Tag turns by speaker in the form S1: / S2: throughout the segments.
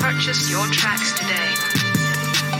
S1: purchase your tracks today.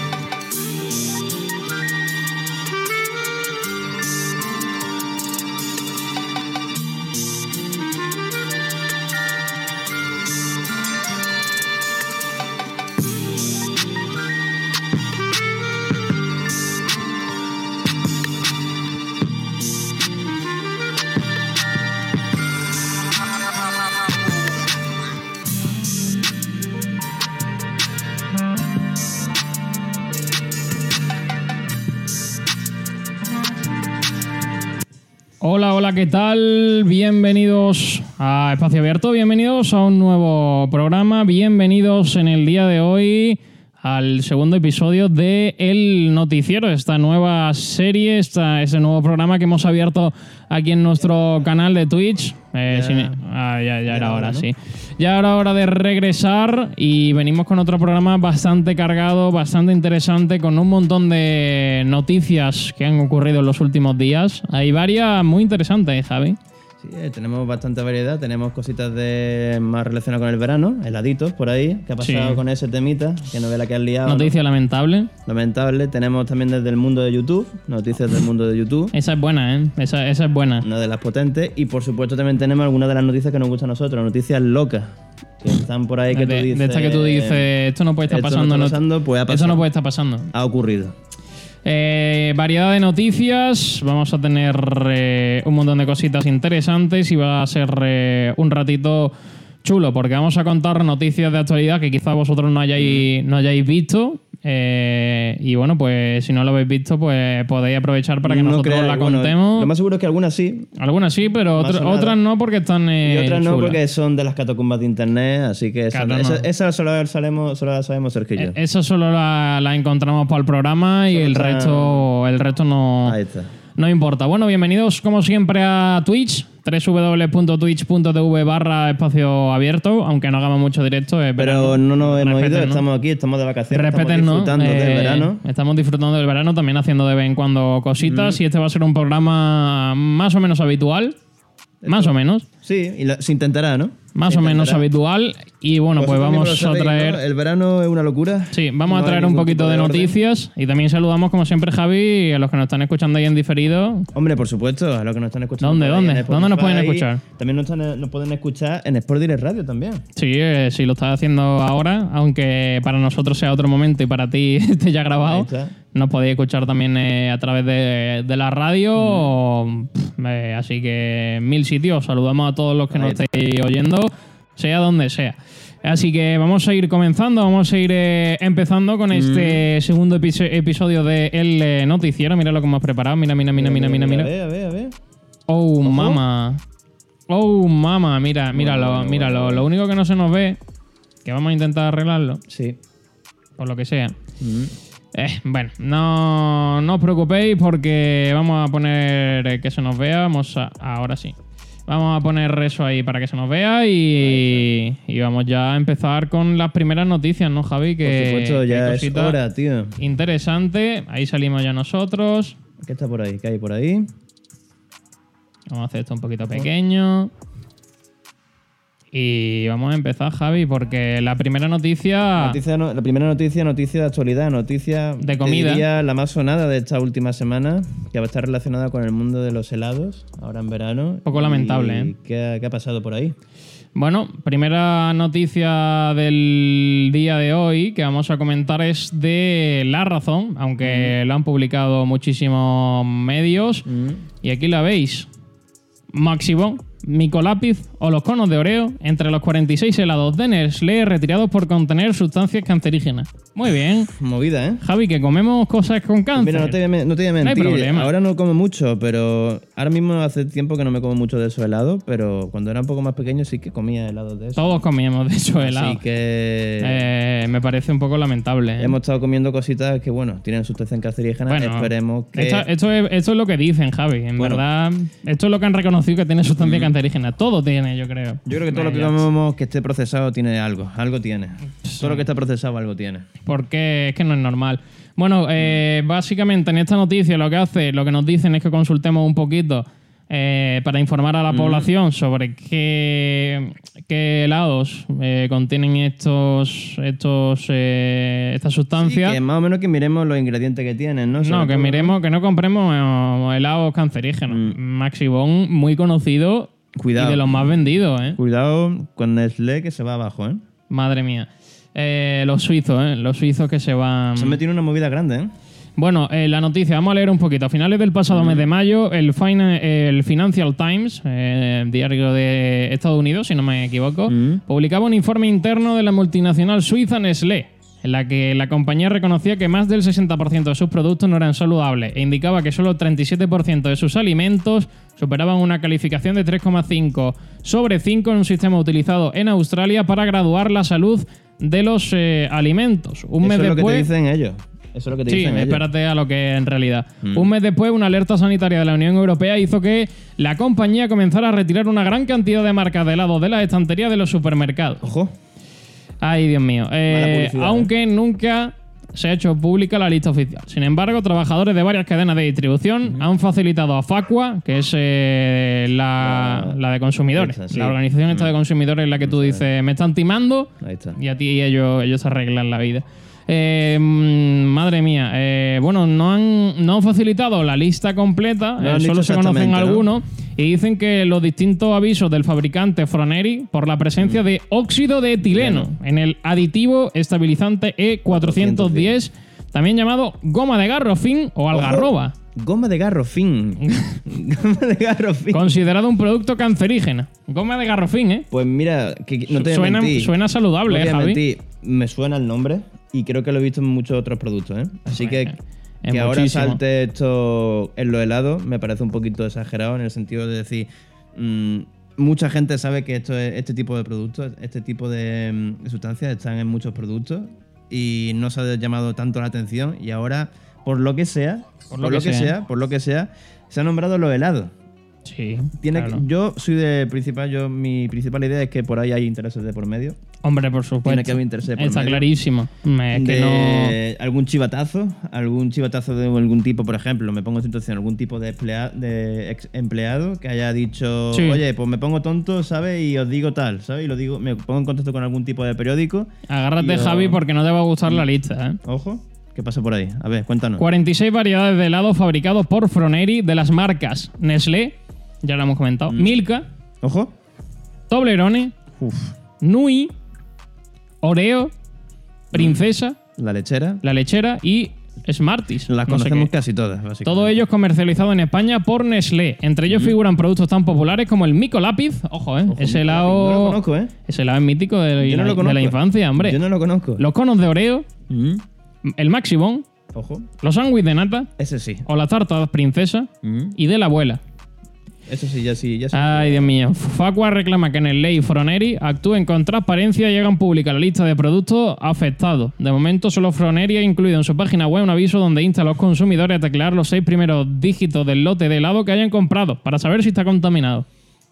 S2: Hola, hola, ¿qué tal? Bienvenidos a Espacio Abierto, bienvenidos a un nuevo programa, bienvenidos en el día de hoy al segundo episodio de El Noticiero, esta nueva serie, esta, este nuevo programa que hemos abierto aquí en nuestro canal de Twitch. Eh, sin- ah, ya, ya era hora, sí. Ya era hora de regresar y venimos con otro programa bastante cargado, bastante interesante, con un montón de noticias que han ocurrido en los últimos días. Hay varias muy interesantes, Javi.
S3: Sí, eh, tenemos bastante variedad, tenemos cositas de más relacionadas con el verano, heladitos por ahí, que ha pasado
S2: Sí.
S3: con ese temita, que no ve la que has liado. ¿no?
S2: Noticia lamentable.
S3: Lamentable, tenemos también desde el mundo de YouTube, noticias del mundo de YouTube,
S2: Esa es buena, ¿eh? Esa, esa es buena.
S3: una de las potentes, y por supuesto también tenemos algunas de las noticias que nos gustan a nosotros, noticias locas, que están por ahí
S2: De,
S3: que tú dices...
S2: de esta que tú dices, esto no puede estar
S3: esto no
S2: pasando.
S3: está pasando, pues ha
S2: Eso no
S3: pasado.
S2: puede estar pasando.
S3: Ha ocurrido.
S2: Eh, variedad de noticias, vamos a tener eh, un montón de cositas interesantes y va a ser eh, un ratito chulo porque vamos a contar noticias de actualidad que quizá vosotros no hayáis,
S3: Mm.
S2: no hayáis visto. eh, y bueno, pues si no lo habéis visto, pues podéis aprovechar para que
S3: No
S2: nosotros
S3: creas-
S2: la
S3: bueno,
S2: contemos.
S3: lo más seguro es que algunas sí,
S2: Algunas sí, pero
S3: Más
S2: otra-
S3: o nada.
S2: otras no porque están...
S3: y
S2: eh,
S3: otras no,
S2: chulas.
S3: porque son de las catacumbas de internet, así que esas
S2: Caramba.
S3: esa, esa solo, sabemos- solo la sabemos Sergio y yo.
S2: Eh, Esa solo la, la encontramos para el programa y el
S3: otra-
S2: resto, el resto no,
S3: Ahí está.
S2: No importa. Bueno, bienvenidos como siempre a Twitch, www.twitch.tv barra espacio abierto, aunque no hagamos mucho directo. eh, verano.
S3: Pero no nos hemos ido,
S2: Respétennos.
S3: estamos aquí, estamos de vacaciones,
S2: Respétennos,
S3: estamos disfrutando del
S2: eh,
S3: verano.
S2: Estamos disfrutando del verano, también haciendo de vez en cuando
S3: Mm.
S2: cositas y este va a ser un programa más o menos habitual. Más o menos.
S3: Sí, y la- se intentará, ¿no?
S2: Más
S3: Se
S2: o menos
S3: intentará.
S2: habitual. Y bueno, pues
S3: Vosotros mismos lo
S2: vamos a
S3: sabéis,
S2: traer...
S3: ¿no? El verano es una locura.
S2: Sí, vamos
S3: No
S2: a traer
S3: hay
S2: un
S3: ningún
S2: poquito
S3: tipo
S2: de,
S3: orden.
S2: noticias y también saludamos como siempre Javi y a los que nos están escuchando ahí en diferido.
S3: Hombre, por supuesto, a los que nos están escuchando.
S2: ¿Dónde,
S3: por ahí
S2: dónde?
S3: en Spotify.
S2: ¿Dónde nos pueden escuchar?
S3: También nos, están- nos pueden escuchar en Sport Direct Radio también.
S2: Sí, eh, sí lo estás haciendo ahora, aunque para nosotros sea otro momento y para ti esté ya
S3: Ahí
S2: grabado.
S3: está.
S2: Nos podéis escuchar también eh, a través de, de la radio, o, pff, eh, así que mil sitios. Saludamos a todos los que nos estéis oyendo, sea donde sea. Así que vamos a ir comenzando, vamos a ir eh, empezando
S3: Mm.
S2: con este segundo episo- episodio de El eh, Noticiero. Mira lo que hemos preparado, mira, mira, mira, mira, mira,
S3: Eh, A
S2: mira.
S3: ver, a ver, a ver.
S2: Oh, mama. Oh, mama. Mira, míralo,
S3: bueno,
S2: míralo.
S3: bueno.
S2: Lo único que no se nos ve, que vamos a intentar arreglarlo,
S3: Sí.
S2: por lo que sea. Eh, bueno, no, no os preocupéis porque vamos a poner eh, que se nos vea. Vamos a- ahora sí. Vamos a poner eso ahí para que se nos vea y, y vamos ya a empezar con las primeras noticias, ¿no, Javi? Que
S3: Por supuesto,
S2: hay
S3: ya es
S2: cositas
S3: hora, tío.
S2: Interesante. Ahí salimos ya nosotros.
S3: ¿Qué está por ahí? ¿Qué hay por ahí?
S2: Vamos a hacer esto un poquito pequeño. Y vamos a empezar, Javi, porque la primera noticia.
S3: Noticia no- la primera noticia, noticia de actualidad, noticia
S2: Ah. De
S3: te
S2: comida.
S3: diría, la más sonada de esta última semana, que va a estar relacionada con el mundo de los helados, ahora en verano. Un
S2: Poco lamentable, ¿eh?
S3: ¿qué, ha- qué ha pasado por ahí?
S2: Bueno, primera noticia del día de hoy que vamos a comentar es de La Razón, aunque lo han publicado muchísimos medios. Y aquí la veis. Maxibón, Micolápiz o los conos de Oreo entre los 46 helados de Nestlé retirados por contener sustancias cancerígenas. Muy bien.
S3: Movida, ¿eh?
S2: Javi, que comemos cosas con cáncer.
S3: Mira, no te, voy a me- no te voy a
S2: No hay
S3: mentir.
S2: problema.
S3: ahora no como mucho, pero ahora mismo hace tiempo que no me como mucho de esos helados, pero cuando era un poco más pequeño sí que comía helados de esos.
S2: Todos comíamos de hecho helado.
S3: Así que
S2: Eh, me parece un poco lamentable. ¿eh?
S3: hemos estado comiendo cositas que, bueno, tienen sustancias cancerígenas.
S2: Bueno,
S3: Esperemos que.
S2: Esto, esto es, esto es lo que dicen, Javi. En
S3: Bueno. Mm.
S2: verdad, esto es lo que han reconocido que tiene sustancia cancerígena. Todo tiene, yo creo.
S3: Yo creo que todo lo que
S2: Venga.
S3: comemos que esté procesado tiene algo, algo tiene. Todo lo que está procesado algo tiene.
S2: Porque es que no es normal. Bueno, eh, básicamente en esta noticia lo que hace, lo que nos dicen es que consultemos un poquito eh, para informar
S3: Mm.
S2: a la población sobre qué, qué helados eh, contienen estos, estos, eh, estas sustancias.
S3: Que más o menos que miremos los ingredientes que tienen, ¿no?
S2: No,
S3: Sobre
S2: que
S3: todo.
S2: miremos, que no compremos eh, helados cancerígenos. Maxibon, muy conocido
S3: Cuidado.
S2: y de los más vendidos, ¿eh?
S3: Cuidado con Nestlé que se va abajo, ¿eh?
S2: Madre mía. Eh, los suizos, ¿eh? Los suizos que se van...
S3: Se han metido en una movida grande, ¿eh?
S2: Bueno, eh, la noticia, vamos a leer un poquito. A finales del pasado mes de mayo, el, Fina- el Financial Times, eh, diario de Estados Unidos, si no me equivoco,
S3: Mm.
S2: publicaba un informe interno de la multinacional suiza Nestlé, en la que la compañía reconocía que más del 60% de sus productos no eran saludables e indicaba que solo el 37% de sus alimentos superaban una calificación de 3,5 sobre 5 en un sistema utilizado en Australia para graduar la salud de los eh, alimentos. Un mes
S3: Eso es lo que
S2: después...
S3: te dicen ellos. Eso es lo que te
S2: Sí,
S3: dicen ellos. Mm.
S2: espérate a lo que en realidad. Un mes después, una alerta sanitaria de la Unión Europea hizo que la compañía comenzara a retirar una gran cantidad de marcas de helado de las estanterías de los supermercados.
S3: Ojo.
S2: Ay, Dios mío. Eh,
S3: publicidad,
S2: aunque nunca se ha hecho pública la lista oficial. Sin embargo, trabajadores de varias cadenas de distribución han facilitado a Facua, que es eh, la,
S3: La-
S2: la de consumidores,
S3: esa, sí.
S2: la organización esta de consumidores en la que tú dices, me están timando,
S3: Ahí está.
S2: y a ti y ellos, ellos arreglan la vida. Eh, mm, madre mía. eh, bueno, no han, no han facilitado la lista completa,
S3: No
S2: eh,
S3: han
S2: solo
S3: dicho
S2: se conocen
S3: exactamente, ¿no?
S2: algunos. Y dicen que los distintos avisos del fabricante Froneri por la
S3: Mm.
S2: presencia de óxido de etileno en el aditivo estabilizante E410, también llamado goma de garrofín o algarroba,
S3: Goma de garrofín. Goma de garrofín.
S2: considerado un producto cancerígeno. Goma de garrofín, ¿eh?
S3: Pues mira, que que- no te voy a
S2: suena,
S3: mentir.
S2: suena
S3: No
S2: saludable,
S3: te
S2: ¿eh,
S3: voy a
S2: Javi?
S3: mentir. Me suena el nombre y creo que lo he visto en muchos otros productos, ¿eh? Así que
S2: Es
S3: que ahora
S2: muchísimo.
S3: salte esto en los helados me parece un poquito exagerado en el sentido de decir, mm, mucha gente sabe que esto es- este tipo de productos, este tipo de mm, sustancias están en muchos productos y no se ha llamado tanto la atención y ahora, por lo que sea, por lo, que, sea. por lo que sea, se han nombrado los helados.
S2: Sí.
S3: Tiene que-
S2: claro.
S3: yo soy de principal, yo mi principal idea es que por ahí hay intereses de por medio.
S2: Hombre, por supuesto.
S3: Tiene que haber interés de por
S2: Está
S3: medio.
S2: clarísimo. Me- Es que no.
S3: de algún chivatazo, algún chivatazo de algún tipo, por ejemplo, me pongo en situación, algún tipo de, emplea- de ex empleado que haya dicho,
S2: Sí.
S3: oye, pues me pongo tonto, ¿sabes? Y os digo tal, ¿sabes? Y lo digo, me pongo en contacto con algún tipo de periódico.
S2: Agárrate,
S3: yo-
S2: Javi, porque no te va a gustar la lista. ¿eh?
S3: Ojo, ¿qué pasa por ahí? A ver, cuéntanos.
S2: 46 variedades de helado fabricados por Froneri de las marcas Nestlé, ya lo hemos comentado,
S3: Mm.
S2: Milka,
S3: Ojo.
S2: Toblerone,
S3: Uf,
S2: Nui, Oreo, Princesa,
S3: la lechera.
S2: La Lechera y Smarties.
S3: Las
S2: no sé
S3: conocemos
S2: qué.
S3: casi Mm. todas, básicamente.
S2: Todos ellos comercializados en España por Nestlé. Entre ellos figuran productos tan populares como el Mico Lápiz. Ojo, ¿eh? ese helado.
S3: No lo conozco, ¿eh?
S2: Ese helado es mítico de,
S3: Yo no
S2: la,
S3: lo
S2: de
S3: conozco.
S2: la infancia, hombre.
S3: Yo no lo conozco.
S2: Los conos de Oreo,
S3: Mm.
S2: el Maximón,
S3: Ojo.
S2: los sándwiches de nata
S3: Ese sí.
S2: o las tartas princesa
S3: Mm.
S2: y de la abuela.
S3: Eso sí, ya sí, ya sí.
S2: Ay, Dios mío. Facua reclama que Nestlé y Froneri actúen con transparencia y hagan pública la lista de productos afectados. De momento, solo Froneri ha incluido en su página web un aviso donde insta a los consumidores a teclear los seis primeros dígitos del lote de helado que hayan comprado para saber si está contaminado.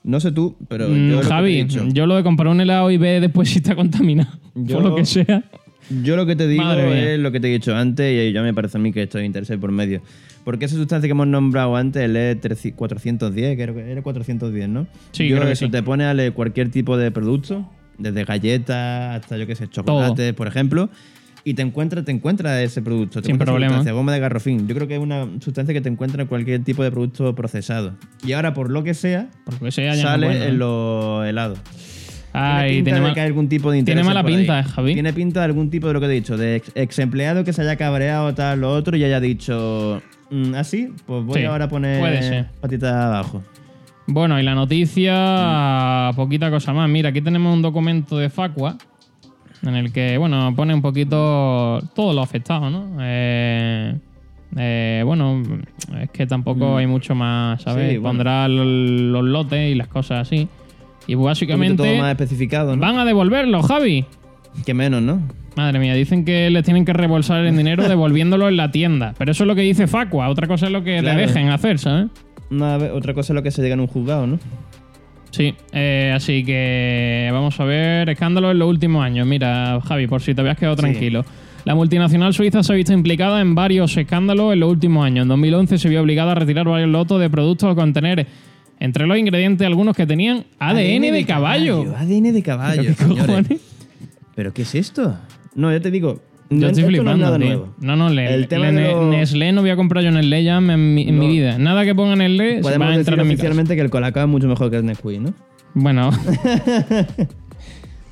S3: No sé tú, pero
S2: Mm,
S3: yo lo que te he
S2: Javi,
S3: dicho-
S2: yo lo de comprar un helado y ver después si está contaminado.
S3: Yo-
S2: Por lo que sea.
S3: Yo lo que te digo
S2: Madre mía.
S3: es lo que te he dicho antes y ya me parece a mí que esto es interés por medio. Porque esa sustancia que hemos nombrado antes, el E410, creo que era 410, ¿no?
S2: Sí,
S3: yo
S2: creo que
S3: eso
S2: sí.
S3: te pone a leer cualquier tipo de producto, desde galletas hasta yo qué sé, chocolates, por ejemplo, y te encuentra, te encuentra ese producto. te
S2: Sin
S3: encuentra esa
S2: problema.
S3: sustancia, goma de garrofín. Yo creo que es una sustancia que te encuentra en cualquier tipo de producto procesado. Y ahora, por lo que sea,
S2: Por lo que sea, ya no
S3: sale
S2: es bueno,
S3: en
S2: ¿eh?
S3: los helados.
S2: Ay,
S3: tiene pinta
S2: tenemos-
S3: de que hay algún tipo de interés.
S2: tiene mala
S3: por
S2: pinta,
S3: ahí.
S2: eh, Javi.
S3: Tiene pinta de algún tipo de lo que te he dicho, de ex, empleado que se haya cabreado, tal, lo otro, y haya dicho, "Mm, así, pues voy
S2: Sí,
S3: ahora a
S2: puede ser.
S3: poner patita abajo.
S2: Bueno, y la noticia,
S3: Mm.
S2: poquita cosa más. Mira, aquí tenemos un documento de Facua en el que, bueno, pone un poquito todo lo afectado, ¿no? Eh, eh, bueno, es que tampoco hay mucho más, ¿sabes?
S3: Mm. Sí, bueno.
S2: Pondrá l- los lotes y las cosas así. Y
S3: Un poquito todo más
S2: básicamente
S3: especificado, ¿no?
S2: van a devolverlo, Javi.
S3: Que menos, ¿no?
S2: Madre mía, dicen que les tienen que rebolsar el dinero devolviéndolo en la tienda. Pero eso es lo que dice Facua, otra cosa es lo que
S3: Claro.
S2: te dejen hacer, ¿sabes?
S3: Una vez- otra cosa es lo que se llega en un juzgado, ¿no?
S2: Sí, eh, así que vamos a ver escándalos en los últimos años. Mira, Javi, por si te habías quedado
S3: Sí.
S2: tranquilo. La multinacional suiza se ha visto implicada en varios escándalos en los últimos años. En 2011 se vio obligada a retirar varios lotos de productos al contener Entre los ingredientes, algunos que tenían ADN, de caballo.
S3: ADN de caballo.
S2: ¿Qué
S3: señores.
S2: cojones?
S3: ¿Pero qué es esto? No, yo te digo.
S2: Yo
S3: no,
S2: estoy
S3: esto
S2: flipando,
S3: no es nada
S2: tío.
S3: nuevo.
S2: No, no, le,
S3: El tema
S2: le-
S3: de lo-
S2: Nestlé no voy a comprar yo Nestlé ya en mi, en mi
S3: No.
S2: vida. Nada que ponga Nestlé se va
S3: Podemos
S2: a
S3: decir
S2: entrar en mi casa.
S3: oficialmente que el Colacao es mucho mejor que el Nesquik, ¿no?
S2: Bueno.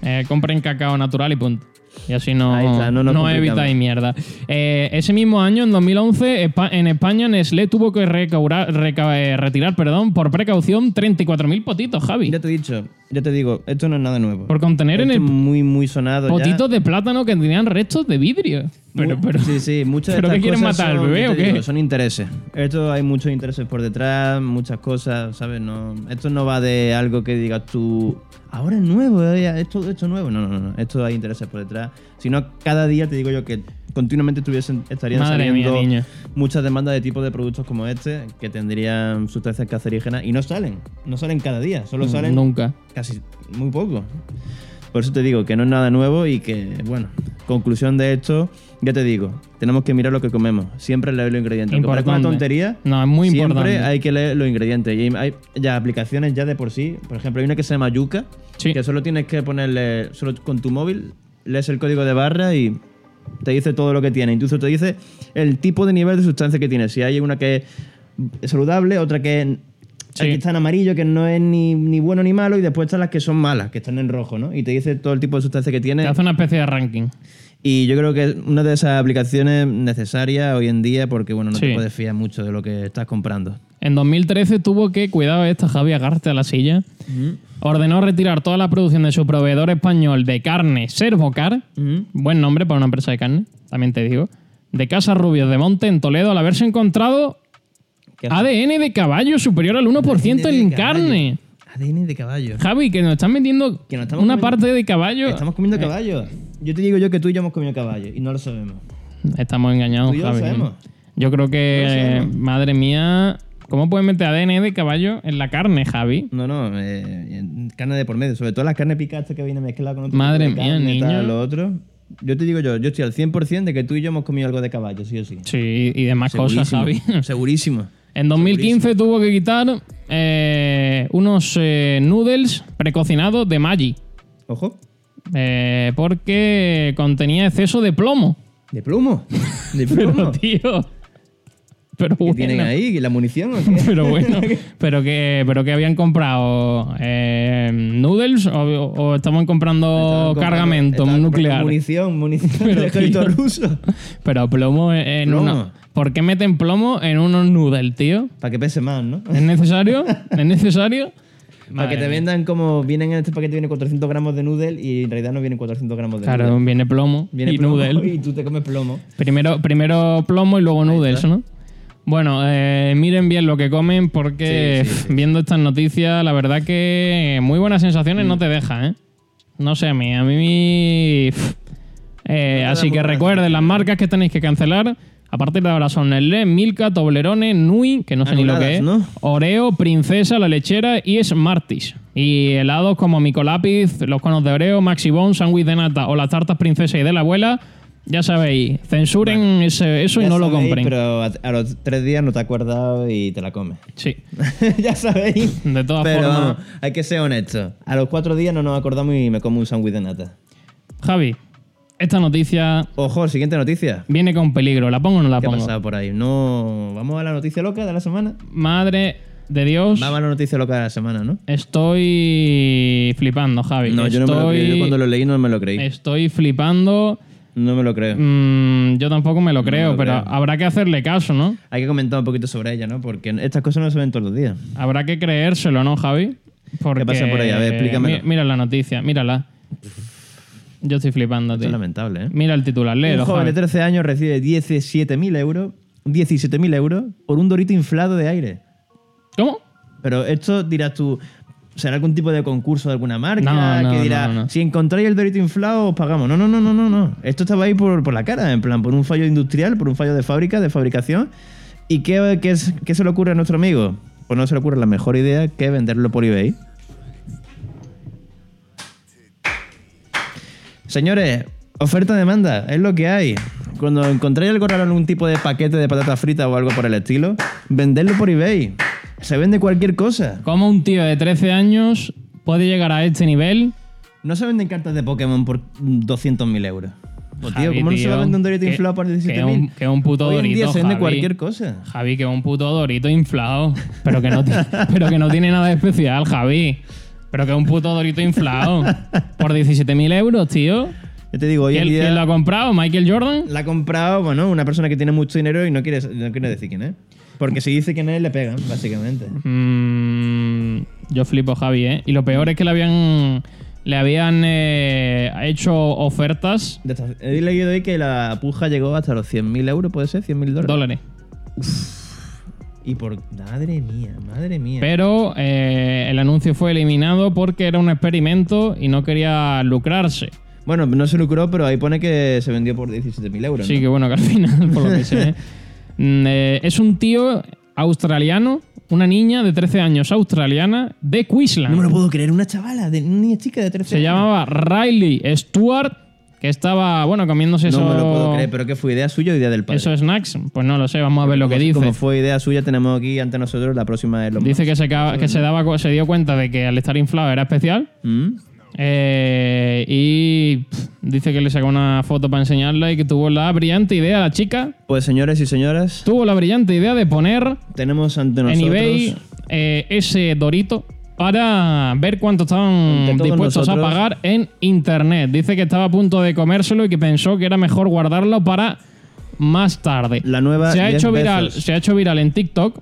S2: Eh, compren cacao natural y punto. Y así no,
S3: Ahí está, no nos complicamos.
S2: evitáis mierda. Eh, ese mismo año, en 2011, Espa- en España Nestlé tuvo que recaurar- reca- eh, retirar perdón, por precaución 34.000 potitos, Javi.
S3: Ya te he dicho, ya te digo, esto no es nada nuevo.
S2: Por contener en
S3: Esto
S2: el
S3: es muy, muy sonado. ya.
S2: potitos de plátano que tenían restos de vidrio. Pero,
S3: Mu-
S2: pero,
S3: sí, sí, muchas de
S2: ¿pero
S3: estas
S2: qué quieren
S3: cosas
S2: matar, al
S3: son,
S2: bebé
S3: yo
S2: o
S3: te
S2: qué?
S3: digo, son intereses. Esto hay muchos intereses por detrás, muchas cosas, ¿sabes? No, esto no va de algo que digas tú, ahora es nuevo, eh, esto, esto es nuevo. No, no, no, no, esto hay intereses por detrás. Si no, cada día te digo yo que continuamente estuviesen, estarían
S2: Madre mía,
S3: saliendo
S2: niño.
S3: muchas demandas de tipos de productos como este que tendrían sustancias cancerígenas y no salen, no salen cada día, solo salen
S2: Mm, nunca.
S3: casi muy poco. Por eso te digo que no es nada nuevo y que, bueno, conclusión de esto, ya te digo, tenemos que mirar lo que comemos. Siempre leer los ingredientes. Aunque parezca una
S2: Importante.
S3: tontería,
S2: No, es muy
S3: siempre
S2: importante.
S3: hay que leer los ingredientes. Y hay ya aplicaciones ya de por sí. Por ejemplo, hay una que se llama Yuka,
S2: Sí.
S3: que solo tienes que ponerle, solo con tu móvil, lees el código de barra y te dice todo lo que tiene. Incluso te dice el tipo de nivel de sustancia que tiene. Si hay una que es saludable, otra que es-
S2: Sí.
S3: que está en amarillo, que no es ni, ni bueno ni malo, y después están las que son malas, que están en rojo, ¿no? Y te dice todo el tipo de sustancia que tiene.
S2: Te hace una especie de ranking.
S3: Y yo creo que es una de esas aplicaciones necesarias hoy en día porque, bueno, no
S2: Sí.
S3: te puedes fiar mucho de lo que estás comprando.
S2: En 2013 tuvo que, cuidado esta, Javi, agarte a la silla. Ordenó retirar toda la producción de su proveedor español de carne, Servocar. Buen nombre para una empresa de carne, también te digo. De Casa Rubios de Monte, en Toledo, al haberse encontrado
S3: ¿Qué hace?
S2: ADN de caballo superior al 1%
S3: ADN
S2: en
S3: de caballo.
S2: carne.
S3: ADN de caballo.
S2: Javi, que nos están metiendo
S3: Que nos estamos
S2: una
S3: comiendo-
S2: parte de caballo.
S3: Estamos comiendo caballo. Yo te digo yo que tú y yo hemos comido caballo y no lo sabemos.
S2: Estamos engañados,
S3: Tú y yo lo
S2: Javi.
S3: sabemos.
S2: Yo creo que,
S3: sabemos.
S2: madre mía, ¿cómo pueden meter ADN de caballo en la carne, Javi?
S3: No, no, eh, carne de por medio, sobre todo las carnes picadas que vienen mezcladas con otro
S2: Madre
S3: tipo de
S2: mía,
S3: carne,
S2: niño.
S3: tal, lo otro. Yo te digo yo, yo estoy al 100% de que tú y yo hemos comido algo de caballo, sí o sí.
S2: Sí, y demás cosas, Javi.
S3: Segurísimo, Segurísimo.
S2: En 2015 tuvo que quitar eh, unos eh, noodles precocinados de Maggi.
S3: Ojo,
S2: eh, porque contenía exceso de plomo.
S3: de plomo. De
S2: Pero,
S3: plomo. ¿Qué
S2: tío. Pero bueno.
S3: tienen ahí? ¿La munición o qué?
S2: Pero bueno. pero, que, pero que habían comprado eh, noodles o, o estaban comprando
S3: Estaban comprando-
S2: cargamento
S3: estaban comprando
S2: nuclear.
S3: Munición, munición
S2: Pero,
S3: del ejército
S2: tío.
S3: ruso.
S2: Pero plomo en
S3: Plomo.
S2: uno. ¿Por qué meten plomo en unos noodles, tío?
S3: Para que pese más, ¿no?
S2: ¿Es necesario? ¿Es necesario?
S3: Para que
S2: Madre
S3: te
S2: mía.
S3: vendan como vienen en este paquete viene 400 gramos de noodle y en realidad no vienen 400 gramos de
S2: Claro,
S3: noodle.
S2: viene plomo
S3: Viene
S2: y
S3: plomo
S2: noodle.
S3: y tú te comes plomo.
S2: Primero, primero plomo y luego noodles, ¿no? Bueno, eh, miren bien lo que comen porque
S3: Sí, sí,
S2: pf, viendo estas noticias, la verdad que muy buenas sensaciones
S3: Mm.
S2: no te deja, ¿eh? No sé, a mí, a mí... pf, eh,
S3: da
S2: así
S3: muy
S2: que
S3: buenas
S2: recuerden las marcas que tenéis que cancelar. A partir de ahora son Nestlé, Milka, Toblerone, Nui, que no sé ni lo que
S3: Anuladas,
S2: es,
S3: ¿no?
S2: Oreo, Princesa, La Lechera y Smarties. Y helados como Micolapiz, los conos de Oreo, Maxi Bon, sándwich de nata o las tartas Princesa y de la abuela, ya sabéis, censuren ese- eso y
S3: Ya
S2: no lo
S3: sabéis,
S2: compren.
S3: Pero a, a los tres días no te has acordado y te la comes.
S2: Sí,
S3: ya sabéis.
S2: de todas
S3: pero
S2: formas.
S3: vamos, hay que ser honesto. A los cuatro días no nos acordamos y me como un sándwich de nata.
S2: Javi, esta noticia
S3: Ojo, siguiente noticia.
S2: viene con peligro. ¿La pongo o no la
S3: ¿Qué ha
S2: pongo?
S3: pasado por ahí? No. Vamos a la noticia loca de la semana.
S2: Madre de Dios,
S3: Vamos a la noticia loca de la semana, ¿no?
S2: estoy flipando, Javi.
S3: No, yo
S2: estoy...
S3: no me lo creí. Yo cuando lo leí no me lo creí.
S2: Estoy flipando.
S3: No me lo creo.
S2: Mm, yo tampoco me lo creo,
S3: lo
S2: pero
S3: creo.
S2: habrá que hacerle caso, ¿no?
S3: Hay que comentar un poquito sobre ella, ¿no? Porque estas cosas no se ven todos los días.
S2: Habrá que creérselo, ¿no, Javi? Porque...
S3: ¿Qué pasa por ahí? A ver, explícamelo.
S2: Mi- Mira la noticia, mírala. Yo estoy flipando,
S3: Esto es
S2: tío.
S3: lamentable, ¿eh?
S2: Mira el titular,
S3: Un
S2: léelo,
S3: joven de
S2: Javi.
S3: 13 años recibe 17.000 euros, 17.000 euros por un dorito inflado de aire.
S2: ¿Cómo?
S3: Pero esto dirás tú, ¿será algún tipo de concurso de alguna marca?
S2: No, no,
S3: que dirá,
S2: no, no.
S3: si encontráis el dorito inflado, os pagamos. No, no, no, no, no, no. Esto estaba ahí por, por la cara, en plan, por un fallo industrial, por un fallo de fábrica, de fabricación. ¿Y qué, qué es- qué se le ocurre a nuestro amigo? Pues no se le ocurre la mejor idea que venderlo por eBay. Señores, oferta-demanda, es lo que hay. Cuando encontréis algo raro en un tipo de paquete de patatas fritas o algo por el estilo, vendedlo por eBay. Se vende cualquier cosa.
S2: ¿Cómo un tío de 13 años puede llegar a este nivel?
S3: No se venden cartas de Pokémon por 200.000 euros. Pues, tío,
S2: Javi,
S3: ¿cómo no se va a
S2: tío,
S3: vender un Dorito
S2: que-
S3: inflado por
S2: que
S3: 17.000?
S2: un- que un puto
S3: Hoy en día
S2: Dorito,
S3: se vende
S2: Javi.
S3: cualquier cosa.
S2: Javi, que es un puto dorito inflado. Pero que no, ti- pero que no tiene nada de especial, Javi. Pero que es un puto dorito inflado. Por 17.000 euros, tío.
S3: Yo te digo, hoy en
S2: ¿Quién,
S3: día
S2: quién lo ha comprado? ¿Michael Jordan?
S3: la ha comprado, bueno, una persona que tiene mucho dinero y no quiere, no quiere decir quién es. Porque si dice quién es, le pegan, básicamente.
S2: Mm, yo flipo, Javi, ¿eh? Y lo peor es que le habían, le habían eh, hecho ofertas
S3: De esta- He leído hoy que la puja llegó hasta los 100.000 euros, puede ser, 100.000 dólares.
S2: dólares.
S3: Y por... Madre mía, madre mía.
S2: Pero eh, el anuncio fue eliminado porque era un experimento y no quería lucrarse.
S3: Bueno, no se lucró, pero ahí pone que se vendió por 17.000 euros.
S2: Sí,
S3: ¿no?
S2: que bueno, que al final, por lo que sé. mm, eh, es un tío australiano, una niña de 13 años australiana de Queensland.
S3: No me lo puedo creer, una chavala, de, una niña chica de 13
S2: Se
S3: años.
S2: llamaba Riley Stewart, que estaba, bueno, comiéndose
S3: No
S2: eso-
S3: me lo puedo creer, pero que fue idea suya o idea del padre.
S2: esos snacks. Pues no lo sé, vamos a ver lo que
S3: Como-
S2: dice.
S3: Como fue idea suya, tenemos aquí ante nosotros la próxima es lo
S2: Dice que se, acaba- que se, daba, cu- se dio cuenta de que al estar inflado era especial.
S3: ¿Mm?
S2: eh, y pff, dice que le sacó una foto para enseñarla y que tuvo la brillante idea, la chica,
S3: Pues señores y señoras,
S2: tuvo la brillante idea de poner
S3: tenemos ante
S2: en
S3: nosotros
S2: eBay eh, ese dorito para ver cuánto estaban
S3: Ante todos
S2: dispuestos a
S3: nosotros.
S2: pagar en internet. Dice que estaba a punto de comérselo y que pensó que era mejor guardarlo para más tarde.
S3: la nueva
S2: se ha
S3: 10
S2: hecho viral,
S3: pesos.
S2: se ha hecho viral en TikTok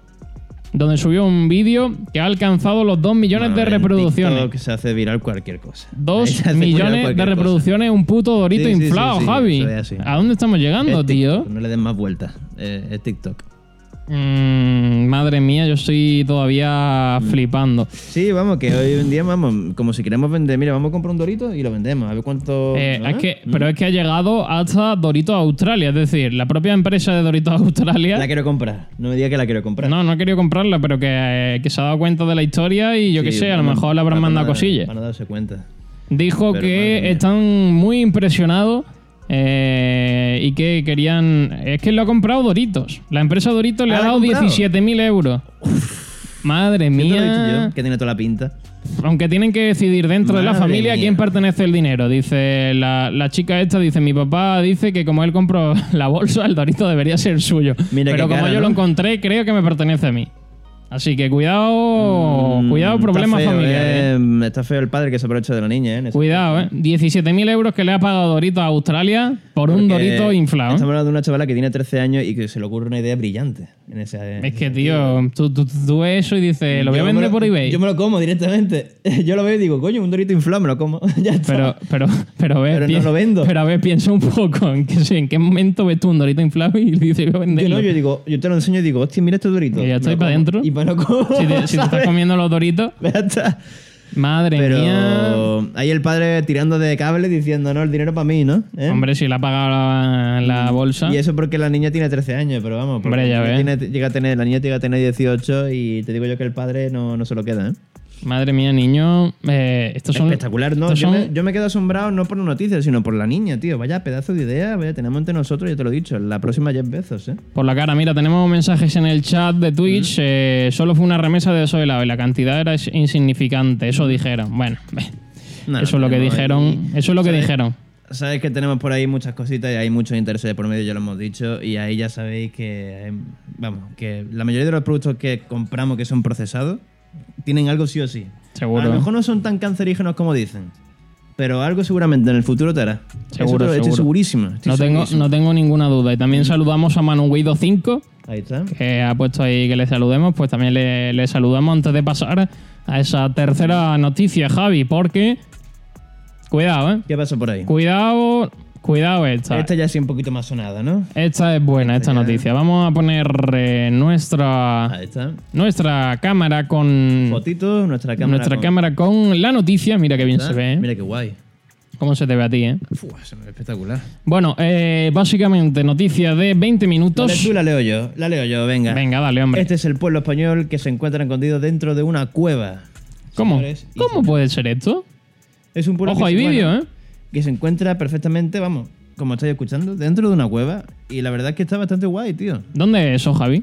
S2: donde subió un vídeo que ha alcanzado los 2 millones
S3: Bueno,
S2: de
S3: en
S2: reproducciones.
S3: TikTok se hace viral cualquier cosa. Ahí se
S2: 2
S3: hace viral
S2: millones de
S3: cualquier cosa.
S2: reproducciones, un puto dorito
S3: Sí, sí, sí,
S2: inflado,
S3: sí,
S2: Javi.
S3: eso es así. Este
S2: ¿A dónde estamos
S3: Es
S2: llegando, tío?
S3: TikTok, No le den más vueltas. Eh, es TikTok.
S2: Mm, madre mía, yo estoy todavía
S3: Mm.
S2: flipando.
S3: Sí, vamos, que hoy en día, vamos, como si queremos vender, mira, vamos a comprar un dorito y lo vendemos. A ver cuánto.
S2: Eh,
S3: ¿no?
S2: es que, pero es que ha llegado hasta Doritos Australia, es decir, la propia empresa de Doritos Australia.
S3: La quiero comprar. No me digas que la quiero comprar.
S2: No, no ha querido comprarla, pero que, eh, que se ha dado cuenta de la historia y yo
S3: Sí,
S2: qué sé, a lo
S3: bueno,
S2: mejor le habrán
S3: para
S2: mandado
S3: nada-
S2: cosillas.
S3: Para no darse cuenta.
S2: Dijo
S3: Pero madre
S2: que
S3: mía.
S2: están muy impresionados eh, y que querían. Es que lo ha comprado Doritos. La empresa Doritos le
S3: Ah,
S2: ha
S3: ¿la ha
S2: dado
S3: comprado?
S2: 17.000 euros. Madre
S3: ¿Qué te lo he dicho
S2: mía.
S3: yo? Que tiene toda la pinta.
S2: Aunque tienen que decidir dentro de la
S3: Madre
S2: familia a quién
S3: mía.
S2: pertenece el dinero. Dice la, la chica esta, dice, mi papá dice que como él compró la bolsa, el dorito debería ser suyo.
S3: Mira
S2: Pero
S3: qué
S2: como
S3: cara,
S2: yo
S3: ¿no?
S2: lo encontré, creo que me pertenece a mí. Así que cuidado,
S3: Mm,
S2: cuidado,
S3: está
S2: problemas
S3: feo,
S2: familiares. ¿eh?
S3: eh. Está feo el padre que se aprovecha de la niña, ¿eh? en ese-
S2: Cuidado, ¿eh? 17.000 euros que le ha pagado Dorito a Australia por un
S3: Porque
S2: dorito inflado. eh.
S3: Estamos hablando de una chavala que tiene 13 años y que se le ocurre una idea brillante. En ese,
S2: Es que, tío, tú, tú- tú ves eso y dices, lo voy a
S3: Yo me
S2: vender por eBay.
S3: Yo me lo como directamente. Yo lo veo y digo, coño, un dorito inflado, me lo como. ya está.
S2: Pero, pero, pero, a ver,
S3: Pero no
S2: piensa-
S3: lo vendo.
S2: Pero a ver, piensa un poco en qué, en qué momento ves tú un dorito inflado y dices, voy a
S3: yo
S2: venderlo.
S3: no, yo digo, yo te lo enseño y digo, hostia, mira este dorito.
S2: Y ya
S3: Me
S2: estoy
S3: lo
S2: pa'
S3: como.
S2: dentro.
S3: Y me lo como.
S2: Si te, si te estás
S3: ¿sabes?
S2: comiendo los doritos,
S3: Ya está.
S2: madre mía.
S3: Pero ahí el padre tirando de cable diciendo, no, el dinero para mí, ¿no? ¿Eh? Mm,
S2: Hombre, si le ha pagado la, la bolsa.
S3: Y eso porque la niña tiene 13 años, pero vamos. porque
S2: Hombre, ya
S3: la niña
S2: ves.
S3: tiene- llega a tener, la niña llega a tener 18 y te digo yo que el padre no, no se lo queda, ¿eh?
S2: Madre mía, niño. eh, estos son,
S3: Espectacular, ¿no?
S2: estos
S3: Yo,
S2: son-
S3: me, yo me quedo asombrado no por las noticias, sino por la niña, tío. Vaya pedazo de idea, vaya, tenemos ante nosotros, ya te lo he dicho, la próxima Jeff Bezos, ¿eh?
S2: Por la cara, mira, tenemos mensajes en el chat de Twitch.
S3: Mm.
S2: eh, solo fue una remesa de eso de la y la cantidad era es- insignificante. Eso dijeron. Bueno, ve.
S3: No,
S2: eso es lo que
S3: tenemos
S2: dijeron.
S3: ahí-
S2: Eso es lo que
S3: ¿sabes?
S2: dijeron.
S3: Sabes que tenemos por ahí muchas cositas y hay muchos intereses por medio, ya lo hemos dicho, y ahí ya sabéis que, eh, vamos, que la mayoría de los productos que compramos que son procesados tienen algo sí o sí.
S2: Seguro.
S3: A lo mejor no son tan cancerígenos como dicen, pero algo seguramente en el futuro te hará. Eso
S2: Seguro,
S3: te lo- Estoy
S2: seguro.
S3: segurísimo. estoy
S2: No tengo,
S3: segurísimo.
S2: no tengo ninguna duda. Y
S3: Mm.
S2: también saludamos a Manuguido 5.
S3: Ahí está.
S2: que ha puesto ahí que le saludemos, pues también le, le saludamos antes de pasar a esa tercera noticia, Javi, porque. Cuidado, ¿eh?
S3: ¿Qué pasó por ahí?
S2: Cuidado, cuidado esta. Esta,
S3: Esta ya sí un poquito más sonada, ¿no?
S2: es buena, esta,
S3: Este ya-
S2: noticia. Vamos a poner eh, nuestra,
S3: Ahí está.
S2: nuestra cámara con.
S3: Fotitos, nuestra cámara.
S2: Mm. nuestra
S3: con-
S2: cámara con la noticia. Mira qué bien se ve, ¿eh?
S3: Mira qué guay.
S2: ¿Cómo se te ve a ti, eh?
S3: Fua, se me ve espectacular.
S2: Bueno, eh, básicamente, noticia de 20
S3: Dale
S2: minutos.
S3: tú la leo yo, la leo yo, venga.
S2: Venga, dale, hombre.
S3: Este es el pueblo español que se encuentra escondido dentro de una cueva.
S2: ¿Cómo?
S3: Señores y
S2: ¿Cómo puede ser esto?
S3: Es un pueblo
S2: Ojo,
S3: que
S2: hay
S3: se-
S2: vídeo,
S3: bueno,
S2: ¿eh?
S3: Que se encuentra perfectamente, vamos, como estáis escuchando, dentro de una cueva. Y la verdad es que está bastante guay, tío.
S2: ¿Dónde es eso, Javi?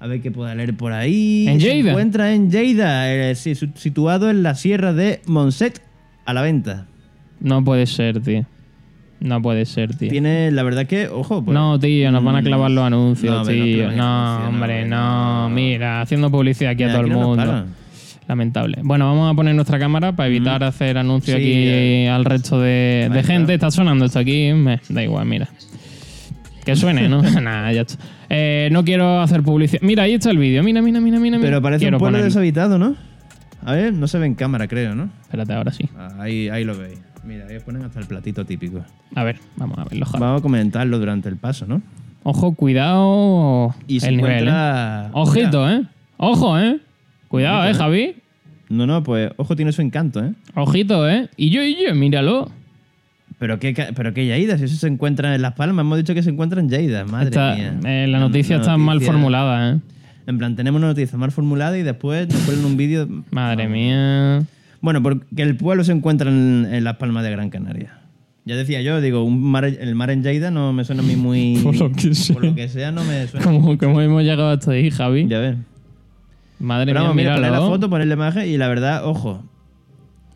S3: A ver qué pueda leer por ahí.
S2: En
S3: Se
S2: Lleida.
S3: encuentra en Lleida, eh, sí, su- situado en la sierra de Monset, a la venta.
S2: No puede ser, tío. No puede ser, tío.
S3: Tiene, la verdad que, ojo, pues,
S2: no, tío, nos van a clavar los
S3: No,
S2: anuncios,
S3: hombre, nos
S2: tío.
S3: clavan
S2: No,
S3: anuncios, no,
S2: hombre,
S3: hombre,
S2: no.
S3: no.
S2: Mira, haciendo publicidad aquí a
S3: mira,
S2: todo el
S3: aquí no nos
S2: mundo.
S3: paran. Mm.
S2: Lamentable. Bueno, vamos a poner nuestra cámara para evitar hacer anuncios
S3: Sí,
S2: aquí
S3: eh.
S2: al resto de, de
S3: Ahí está.
S2: gente. Está sonando esto aquí. Me, da igual, mira. Que suene, ¿no? Nada, ya está. Eh, no quiero hacer publicidad. Mira, ahí está el vídeo. Mira, mira, mira, mira. mira.
S3: Pero parece
S2: Quiero
S3: un pueblo
S2: ponerlo.
S3: deshabitado, ¿no? A ver, no se ve en cámara, creo, ¿no? Ah,
S2: Espérate, ahora sí.
S3: Ahí, ahí lo veis. Mira, ahí os ponen hasta el platito típico.
S2: A ver, vamos a verlo. joder.
S3: Vamos a comentarlo durante el paso, ¿no?
S2: Ojo, cuidado.
S3: Y se
S2: el nivel. ¿eh?
S3: encuentra...
S2: Ojito, ¿eh? Ojo, ¿eh? Cuidado, ¿eh,
S3: Ojito,
S2: Javi?
S3: No, no, pues ojo, tiene su encanto, ¿eh?
S2: Ojito, ¿eh? Y yo, y yo, míralo.
S3: Pero qué, ca- pero qué Yaida, si eso se encuentra en Las Palmas, hemos dicho que se encuentra en Yaida, madre
S2: Está-
S3: mía.
S2: eh, la noticia está mal
S3: noticia-
S2: formulada, ¿eh?
S3: En plan, tenemos una noticia mal formulada y después nos ponen un vídeo.
S2: Madre mía.
S3: Bueno, porque el pueblo se encuentra en, en Las Palmas de Gran Canaria. Ya decía yo, digo, un mar, el mar en Yaida no me suena a mí muy.
S2: Por lo que sea.
S3: Por lo que sea, no me suena.
S2: ¿Cómo, cómo hemos llegado hasta ahí, Javi?
S3: Ya ves.
S2: Madre
S3: Pero
S2: mía,
S3: vamos, mira, poner la
S2: míralo.
S3: foto, poner la imagen y la verdad, ojo.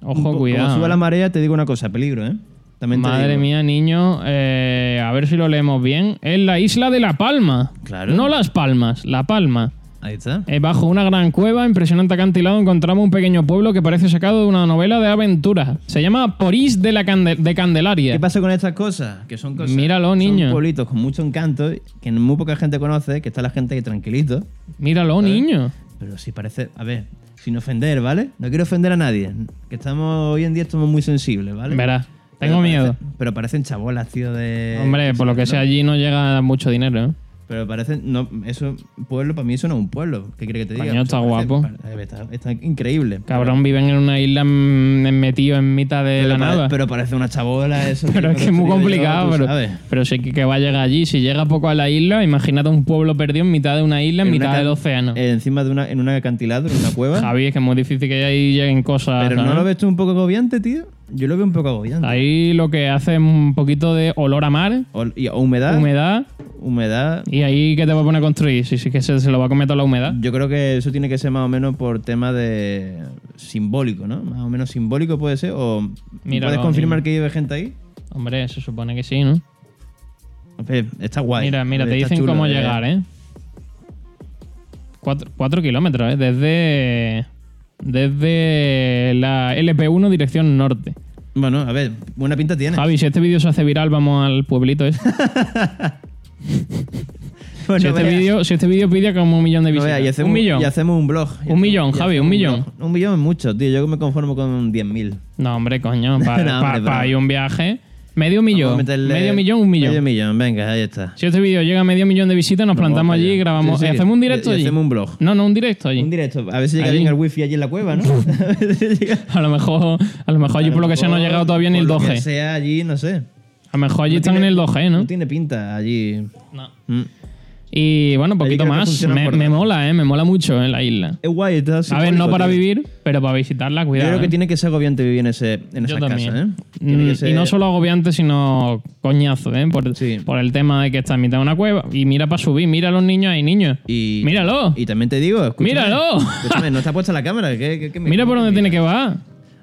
S3: un
S2: Ojo,
S3: po- Como
S2: cuidado. eh.
S3: suba la marea, te digo una cosa, peligro, ¿eh? También te
S2: Madre
S3: digo.
S2: mía, niño. eh, a ver si lo leemos bien. Es la isla de La Palma.
S3: Claro.
S2: No Las Palmas, La Palma.
S3: Ahí está.
S2: Eh, bajo una gran cueva, impresionante acantilado, encontramos un pequeño pueblo que parece sacado de una novela de aventuras. Se llama Porís de, la Cande- de Candelaria.
S3: ¿Qué pasa con estas cosas? Que son cosas.
S2: Míralo,
S3: son
S2: niño.
S3: pueblitos con mucho encanto que muy poca gente conoce, que está la gente ahí tranquilito.
S2: Míralo, niño.
S3: Pero sí parece. A ver, sin ofender, ¿vale? No quiero ofender a nadie. Que estamos. Hoy en día estamos muy sensibles, ¿vale?
S2: Verás,
S3: Pero
S2: tengo
S3: parece- Eh,
S2: miedo.
S3: pero parecen chabolas, tío, de.
S2: Hombre, por lo que sea, allí no llega mucho dinero. ¿eh?
S3: Pero parecen. No, eso, pueblo, para mí eso no es un pueblo. ¿Qué crees que te diga?
S2: Coño, está guapo.
S3: pare- eh, Está, está increíble.
S2: Cabrón, viven en una isla mm, metido en mitad de
S3: Pero,
S2: la
S3: pare-
S2: nada.
S3: pero parece una chabola, eso.
S2: Pero es que
S3: te
S2: es muy
S3: digo yo,
S2: complicado,
S3: tú
S2: pero,
S3: sabes.
S2: pero sí que, que va a llegar allí. Si llega poco a la isla, imagínate un pueblo perdido en mitad de una isla, en,
S3: En una
S2: mitad
S3: ca-
S2: del océano.
S3: eh, encima de una, en un acantilado, en una cueva.
S2: Javi, es que es muy difícil que ahí lleguen cosas.
S3: Pero ¿no
S2: ¿sabes?
S3: lo ves tú un poco agobiante, tío? Yo lo veo un poco agobiante.
S2: Ahí lo que hace es un poquito de olor a mar,
S3: O, y, o humedad.
S2: humedad,
S3: Humedad.
S2: y ahí que te va a poner a construir. Si sí que se, se lo va a comer toda la humedad.
S3: Yo creo que eso tiene que ser más o menos por tema de simbólico, ¿no? Más o menos simbólico puede ser. O
S2: Míralo,
S3: ¿Puedes confirmar
S2: niño.
S3: que vive gente ahí?
S2: Hombre, se supone que sí, ¿no?
S3: Eh, Está guay.
S2: Mira, mira,
S3: Eh,
S2: te
S3: está
S2: dicen
S3: chulo,
S2: cómo llegar, ¿eh? Cuatro, cuatro kilómetros, ¿eh? Desde. Desde la LP1 dirección norte.
S3: Bueno, a ver, buena pinta tiene.
S2: Javi, si este vídeo se hace viral, vamos al pueblito ese.
S3: Bueno,
S2: si, este
S3: vea.
S2: vídeo, si este vídeo pide como un millón de
S3: No
S2: visitas.
S3: vea, y hacemos,
S2: un millón.
S3: y hacemos un blog. Y hacemos-
S2: millón,
S3: y
S2: Javi,
S3: hacemos
S2: un millón.
S3: blog. Un millón es mucho, tío. Yo me conformo con 10.000.
S2: No, hombre, coño. Para
S3: No, hombre, pero-
S2: un viaje. Medio millón.
S3: Vamos a meterle-
S2: Medio millón, un millón.
S3: Medio millón, venga, ahí está.
S2: Si este vídeo llega a medio millón de visitas, nos
S3: Nos vamos
S2: plantamos
S3: para
S2: allí
S3: allá.
S2: y grabamos.
S3: Sí, sí.
S2: eh, Hacemos un directo
S3: Y- y
S2: allí.
S3: hacemos un blog.
S2: No, no, un directo allí.
S3: Un directo. A ver si llega
S2: Allí.
S3: bien el wifi allí en la cueva, ¿no? A ver si llega-
S2: A lo mejor, a lo mejor allí por lo que sea no ha llegado todavía ni el
S3: Por lo que
S2: 2G.
S3: sea allí, no sé.
S2: A lo mejor allí
S3: No
S2: están en
S3: tiene-
S2: el 2G,
S3: No
S2: ¿no?
S3: tiene pinta allí.
S2: No.
S3: Mm.
S2: Y bueno, poquito
S3: creo que
S2: más.
S3: funciona
S2: Me,
S3: por
S2: me
S3: datos.
S2: mola, ¿eh? Me mola mucho ¿eh? la isla.
S3: Es guay,
S2: a
S3: está
S2: ver, no
S3: simbólico,
S2: para
S3: tío.
S2: vivir, pero para visitarla,
S3: Yo
S2: cuidado.
S3: creo
S2: ¿eh?
S3: que tiene que ser agobiante vivir en, ese, en
S2: Yo
S3: esa
S2: también.
S3: casa, ¿eh?
S2: Mm,
S3: Tiene que ser-
S2: Y no solo agobiante, sino coñazo, ¿eh? Por,
S3: Sí.
S2: por el tema de que está en mitad de una cueva. Y mira para subir, mira a los niños ahí, niños.
S3: Y,
S2: Míralo.
S3: Y también te digo, escúchame.
S2: ¡Míralo!
S3: Escúchame, no está puesta la cámara. ¿qué- qué- qué me-
S2: Mira por dónde tiene que bajar.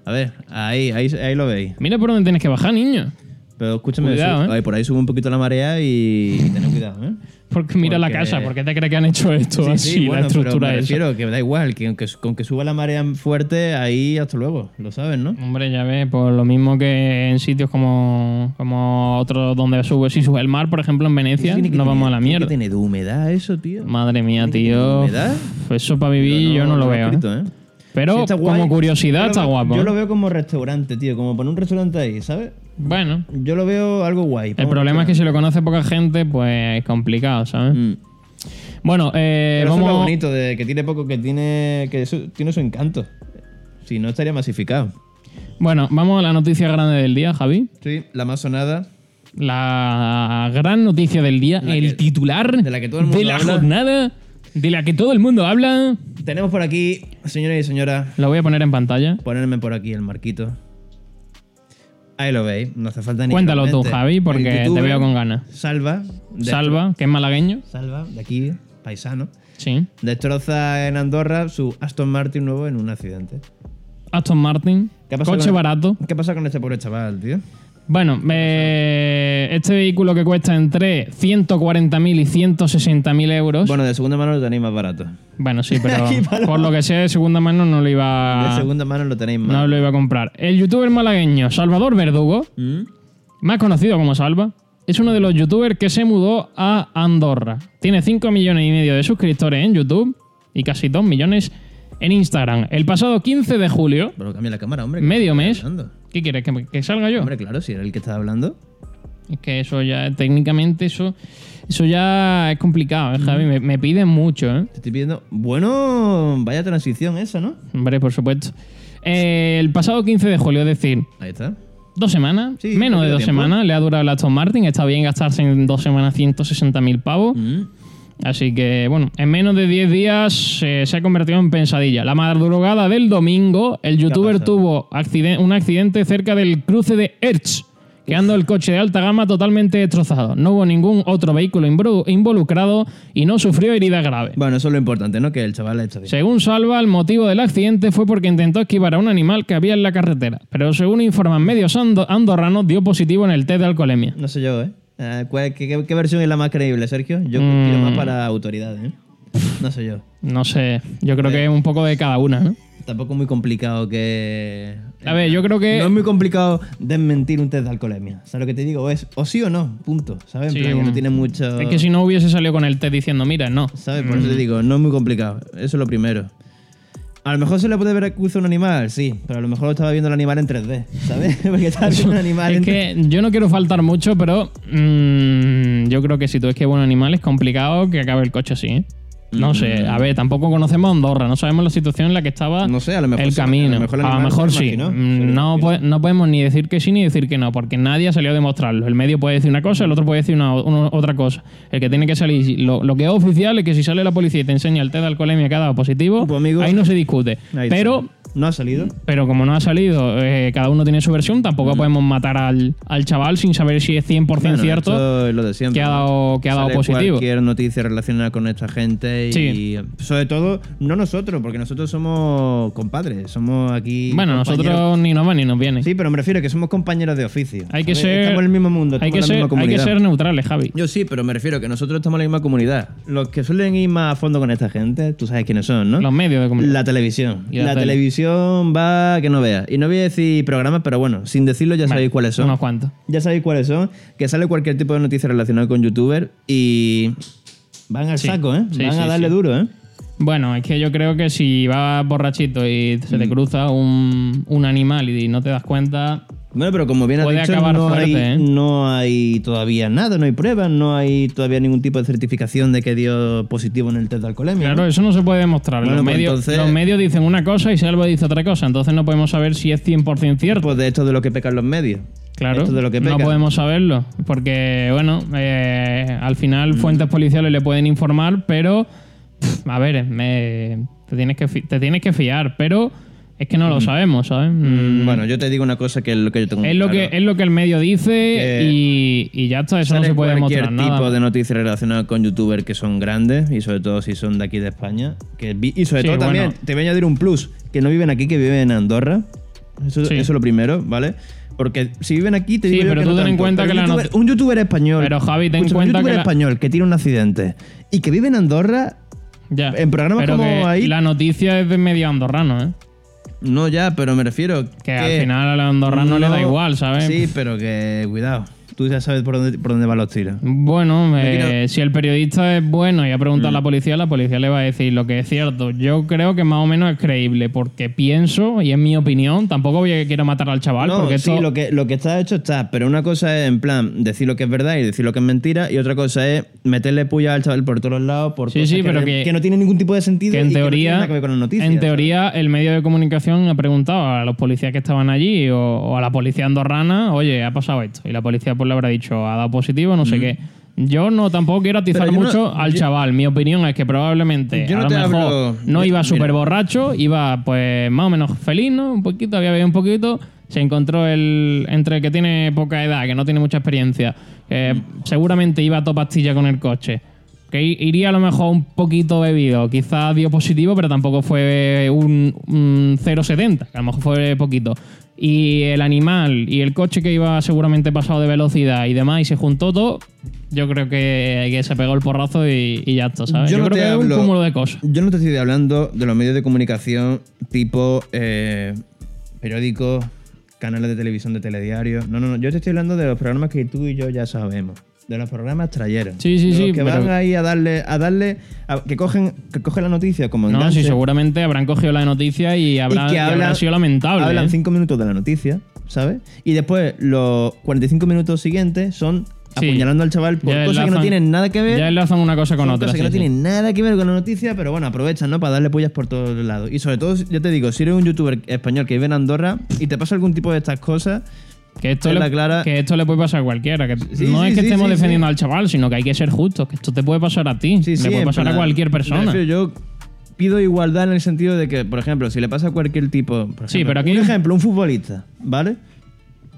S3: A ver, ahí, ahí, ahí lo veis.
S2: Mira por dónde tienes que bajar, niño.
S3: Pero escúchame,
S2: Cuidado,
S3: sub-
S2: ¿eh?
S3: ay, por ahí sube un poquito la marea y tened cuidado, ¿eh?
S2: Porque mira la
S3: Porque-
S2: casa, ¿por qué te crees que han hecho esto
S3: Sí,
S2: así,
S3: sí, bueno,
S2: la estructura
S3: pero me
S2: esa?
S3: refiero que da igual, que aunque- con que suba la marea fuerte, ahí hasta luego, lo sabes, ¿no?
S2: Hombre, ya ves, pues lo mismo que en sitios como, como otros donde sube, si sube el mar, por ejemplo, en Venecia,
S3: Tiene que
S2: nos
S3: tener-
S2: vamos a la
S3: tiene
S2: mierda.
S3: que tener de humedad eso, tío.
S2: Madre mía,
S3: tiene que tener
S2: tío.
S3: humedad.
S2: Uf, Eso para vivir
S3: Pero
S2: yo no lo
S3: he
S2: veo. ¿eh?
S3: escrito, ¿eh?
S2: Pero
S3: Sí, está guay.
S2: como
S3: Yo
S2: curiosidad
S3: lo
S2: está
S3: veo-
S2: guapo.
S3: Yo
S2: ¿eh?
S3: lo veo como restaurante, tío, como poner un restaurante ahí, ¿sabes?
S2: Bueno,
S3: Yo lo veo algo guay.
S2: el problema es que si lo conoce poca gente, pues es complicado, ¿sabes? Bueno, eh,
S3: Mm. Pero eso es lo
S2: vamos...
S3: bonito, de que tiene poco, que tiene que eso- tiene su encanto. Si no, estaría masificado.
S2: Bueno, vamos a la noticia grande del día, Javi.
S3: Sí, la más sonada.
S2: La gran noticia del día,
S3: La
S2: el
S3: que-
S2: titular
S3: de la que todo el mundo
S2: de la
S3: habla.
S2: jornada, de la que todo el mundo habla.
S3: Tenemos por aquí, señoras y señoras,
S2: Lo voy a poner en pantalla.
S3: ponerme por aquí el marquito. Ahí lo veis, no hace falta ni.
S2: Cuéntalo tú,
S3: realmente.
S2: Javi, porque
S3: El
S2: te
S3: youtuber
S2: veo con ganas.
S3: Salva. de-
S2: Salva, que es malagueño.
S3: Salva, de aquí, paisano.
S2: Sí.
S3: Destroza en Andorra su Aston Martin nuevo en un accidente.
S2: Aston Martin.
S3: ¿Qué ha pasado
S2: Coche
S3: con-
S2: barato.
S3: ¿Qué pasa con este pobre chaval, tío?
S2: Pues- Bueno, eh, este vehículo que cuesta entre 140.000 y 160.000 euros. Bueno,
S3: Bueno, de segunda mano lo tenéis más barato.
S2: sí, pero
S3: Aquí para-
S2: por lo que sea de segunda mano no lo
S3: De
S2: iba,
S3: segunda mano lo tenéis más.
S2: no lo iba a comprar. El youtuber malagueño Salvador Verdugo,
S3: ¿Mm?
S2: más conocido como Salva, es uno de los youtubers que se mudó a Andorra. Tiene 5 millones y medio de suscriptores en YouTube y casi 2 millones en Instagram. El pasado 15 de julio,
S3: Pero cambia la cámara, hombre. que
S2: medio
S3: estás
S2: mes...
S3: hablando.
S2: ¿Qué quieres? ¿Que, que salga yo?
S3: Hombre, claro, si era el que estaba hablando.
S2: Es que eso ya, técnicamente, eso, eso ya es complicado, ¿eh, Javi. Me, me piden mucho, ¿eh?
S3: Te estoy pidiendo. Bueno, vaya transición esa, ¿no?
S2: Hombre, por supuesto. Eh, el pasado 15 de julio, es decir,
S3: Ahí está.
S2: dos semanas,
S3: Sí,
S2: menos de
S3: poquito
S2: dos
S3: tiempo. ¿eh?
S2: semanas, le ha durado el Aston Martin. Está bien gastarse en dos semanas 160.000 pavos.
S3: Mm.
S2: Así que, bueno, en menos de 10 días eh, se ha convertido en pensadilla. La madrugada del domingo, el youtuber
S3: pasado?
S2: tuvo acciden- un accidente cerca del cruce de Erch, quedando el coche de alta gama totalmente destrozado. No hubo ningún otro vehículo imbru- involucrado y no sufrió heridas graves.
S3: Bueno, eso es lo importante, ¿no? Que el chaval ha hecho bien.
S2: Según Salva, el motivo del accidente fue porque intentó esquivar a un animal que había en la carretera, pero según informan medios ando- andorranos, dio positivo en el test de alcoholemia.
S3: No sé yo, ¿eh? Ah, ¿cuál- qué, qué- qué versión es la más creíble, Sergio? Yo
S2: Mm.
S3: quiero más para autoridades, ¿eh? No sé yo.
S2: No sé, yo creo que es un poco de cada una, ¿no?
S3: Tampoco es muy complicado que.
S2: A ver, yo creo que...
S3: No es muy complicado desmentir un test de alcoholemia. O sea, lo que te digo es o sí o no, punto. ¿Sabes? En
S2: Sí,
S3: plan, que
S2: un-
S3: no tiene mucho.
S2: Es que Mm. si no hubiese salido con el test diciendo, mira, no.
S3: ¿Sabes? Por eso te digo, no es muy complicado. Eso es lo primero. A lo mejor se le puede ver acuso a un animal, sí, pero a lo mejor lo estaba viendo el animal en 3D, ¿sabes? Porque estaba viendo un animal
S2: Es
S3: en
S2: que yo no quiero faltar mucho, pero mm, yo creo que si tú es que un animal es complicado que acabe el coche así. ¿eh? No sé, a ver, tampoco conocemos Andorra, no sabemos la situación en la que estaba
S3: Mm. No sé, a lo mejor
S2: el
S3: sí,
S2: camino.
S3: a lo mejor el
S2: A lo
S3: animal
S2: mejor
S3: se
S2: sí.
S3: imaginó,
S2: Mm,
S3: se lo
S2: No,
S3: imaginó.
S2: po- no podemos ni decir que sí ni decir que no, porque nadie ha salido a demostrarlo. El medio puede decir una cosa, el otro puede decir una, una- otra cosa. El que tiene que salir, lo, lo que es oficial es que si sale la policía y te enseña el test de alcoholemia que ha dado positivo,
S3: Pues, amigo,
S2: ahí no se discute.
S3: Ahí está.
S2: Pero
S3: No ha salido.
S2: Pero como no ha salido, eh, cada uno tiene su versión, tampoco podemos matar al, al chaval sin saber si es 100%
S3: Bueno,
S2: cierto
S3: esto es lo de siempre.
S2: que ha dado, que ha dado
S3: Sale
S2: positivo.
S3: Cualquier noticia relacionada con esta gente y,
S2: Sí.
S3: sobre todo, no nosotros, porque nosotros somos compadres, somos aquí.
S2: Bueno,
S3: compañeros.
S2: nosotros ni nos va ni nos viene.
S3: Sí, pero me refiero que somos compañeros de oficio.
S2: hay que
S3: ¿sabes?
S2: ser,
S3: Estamos en el mismo mundo,
S2: hay
S3: estamos
S2: que,
S3: en la
S2: ser,
S3: misma
S2: hay que
S3: comunidad.
S2: ser neutrales, Javi.
S3: Yo sí, pero me refiero que nosotros estamos en la misma comunidad. Los que suelen ir más a fondo con esta gente, tú sabes quiénes son, ¿no?
S2: Los medios de comunicación.
S3: La televisión.
S2: Y la
S3: La,
S2: tele.
S3: televisión va que no veas. Y no voy a decir programas, pero bueno, sin decirlo ya sabéis cuáles son.
S2: Unos cuantos.
S3: Ya sabéis cuáles son. Que sale cualquier tipo de noticia relacionada con youtuber y van al saco, ¿eh?
S2: Sí,
S3: van
S2: sí,
S3: a darle
S2: sí.
S3: duro, ¿eh?
S2: Bueno, es que yo creo que si vas borrachito y se
S3: Mm.
S2: te cruza un, un animal y no te das cuenta,
S3: Bueno, pero como bien has
S2: Puede
S3: dicho,
S2: acabar
S3: no,
S2: fuerte,
S3: hay,
S2: ¿eh?
S3: no hay todavía nada, no hay pruebas, no hay todavía ningún tipo de certificación de que dio positivo en el test de alcoholemia. ¿no?
S2: Claro, eso no se puede demostrar.
S3: Bueno,
S2: los,
S3: pues
S2: medios,
S3: entonces-
S2: los medios dicen una cosa y Salva dice otra cosa. Entonces no podemos saber si es 100% cierto.
S3: Pues de esto de lo que pecan los medios.
S2: Claro,
S3: Esto de lo que
S2: no
S3: peca.
S2: podemos saberlo, porque bueno, eh, al
S3: Mm.
S2: final fuentes policiales le pueden informar, pero pff, a ver, me- te, tienes que, fi- te tienes que fiar, pero es que no lo sabemos, ¿sabes? Mm,
S3: Bueno, yo te digo una cosa que es lo que yo tengo
S2: es, lo
S3: Mm, claro.
S2: que, es lo que el medio dice
S3: Que
S2: y, y ya está, eso no
S3: Sale
S2: se puede
S3: cualquier
S2: demostrar nada.
S3: tipo de noticias relacionadas con youtubers que son grandes y sobre todo si son de aquí de España. Que vi- y sobre
S2: Sí,
S3: todo también,
S2: bueno.
S3: te voy a añadir un plus, que no viven aquí, que viven en Andorra. Eso,
S2: Sí.
S3: eso es lo primero, ¿vale? Porque si viven aquí, te
S2: Sí,
S3: digo yo
S2: pero
S3: que
S2: tú
S3: no
S2: ten en
S3: tanto.
S2: cuenta
S3: Pero
S2: que la
S3: un youtuber,
S2: not-
S3: un youtuber español.
S2: Pero, Javi, ten en
S3: escúchame,
S2: cuenta
S3: Un youtuber
S2: que la-
S3: español que tiene un accidente y que vive en Andorra.
S2: Ya.
S3: en programas
S2: Pero
S3: como
S2: que
S3: ahí-
S2: La noticia es de medio andorrano, ¿eh?
S3: No ya, pero me refiero
S2: Que al final al andorrano le da igual, ¿sabes?
S3: Sí, pero que cuidado. Tú ya sabes por dónde, por dónde van los tiros.
S2: Bueno, eh,
S3: quiero-
S2: si el periodista es bueno y ha preguntado
S3: Mm.
S2: a la policía, la policía le va a decir lo que es cierto. Yo creo que más o menos es creíble, porque pienso, y es mi opinión, tampoco voy a que quiero matar al chaval,
S3: No,
S2: porque
S3: sí,
S2: esto...
S3: lo, que, lo que está hecho está, pero una cosa es en plan decir lo que es verdad y decir lo que es mentira, y otra cosa es meterle puya al chaval por todos lados por
S2: Sí,
S3: cosas
S2: sí,
S3: que,
S2: pero
S3: no-
S2: que-
S3: no tiene ningún tipo de sentido
S2: que
S3: y
S2: en
S3: que no tiene
S2: teoría,
S3: nada que ver con las noticias.
S2: en
S3: ¿sabes?
S2: teoría el medio de comunicación ha preguntado a los policías que estaban allí o, o a la policía andorrana, oye, ha pasado esto. Y la policía pues le habrá dicho, ha dado positivo, no sé qué. Yo no tampoco quiero atizar
S3: Mm. Pero yo no-
S2: mucho al chaval. Mi opinión es que probablemente
S3: Yo no
S2: a lo
S3: te
S2: mejor
S3: hablo-
S2: no
S3: yo-
S2: iba
S3: mira.
S2: súper borracho, iba pues más o menos feliz, ¿no? Un poquito, había bebido un poquito. Se encontró el entre el que
S3: Mm.
S2: tiene poca edad, que no tiene mucha experiencia, que seguramente iba a toda pastilla con el coche. Que i- iría a lo mejor un poquito bebido. Quizás dio positivo, pero tampoco fue un, un 0,70. que A lo mejor fue poquito. Y el animal y el coche que iba seguramente pasado de velocidad y demás, y se juntó todo. Yo creo que, que se pegó el porrazo y, y ya está, ¿sabes? Yo,
S3: no
S2: creo
S3: te
S2: que es
S3: hablo-
S2: un cúmulo de cosas.
S3: Yo no te estoy hablando de los medios de comunicación tipo eh, periódicos, canales de televisión de telediario. No, no, no. Yo te estoy hablando de los programas que tú y yo ya sabemos. De los programas trayeros.
S2: Sí, sí,
S3: De los
S2: sí,
S3: Que
S2: pero-
S3: van ahí a darle, a darle, a- que cogen, que cogen la noticia como
S2: No,
S3: enganche
S2: sí, seguramente habrán cogido la noticia y
S3: y
S2: habrán, y
S3: que
S2: habrá
S3: hablan,
S2: sido lamentable.
S3: hablan
S2: ¿eh?
S3: cinco minutos de la noticia, ¿sabes? Y después los 45 minutos siguientes son
S2: Sí.
S3: apuñalando al chaval por
S2: Ya
S3: cosas que
S2: enlazan-
S3: no tienen nada que ver.
S2: Ya enlazan una cosa con
S3: Son
S2: otra.
S3: cosas que
S2: sí,
S3: no
S2: sí.
S3: tienen nada que ver con la noticia, pero bueno, aprovechan, ¿no? Para darle pullas por todos lados. Y sobre todo, yo te digo, si eres un youtuber español que vive en Andorra y te pasa algún tipo de estas cosas,
S2: Que esto,
S3: Es la
S2: le,
S3: clara-
S2: que esto le puede pasar a cualquiera. Que
S3: Sí,
S2: no
S3: sí,
S2: es que
S3: sí,
S2: estemos
S3: sí,
S2: defendiendo al chaval, sino que hay que ser justos. Que esto te puede pasar a ti.
S3: sí,
S2: le
S3: sí,
S2: puede
S3: en
S2: pasar a
S3: plan,
S2: cualquier persona.
S3: me refiero, yo pido igualdad en el sentido de que, por ejemplo, si le pasa a cualquier tipo. por
S2: Sí,
S3: ejemplo,
S2: pero aquí-
S3: Un ejemplo, un futbolista, ¿vale?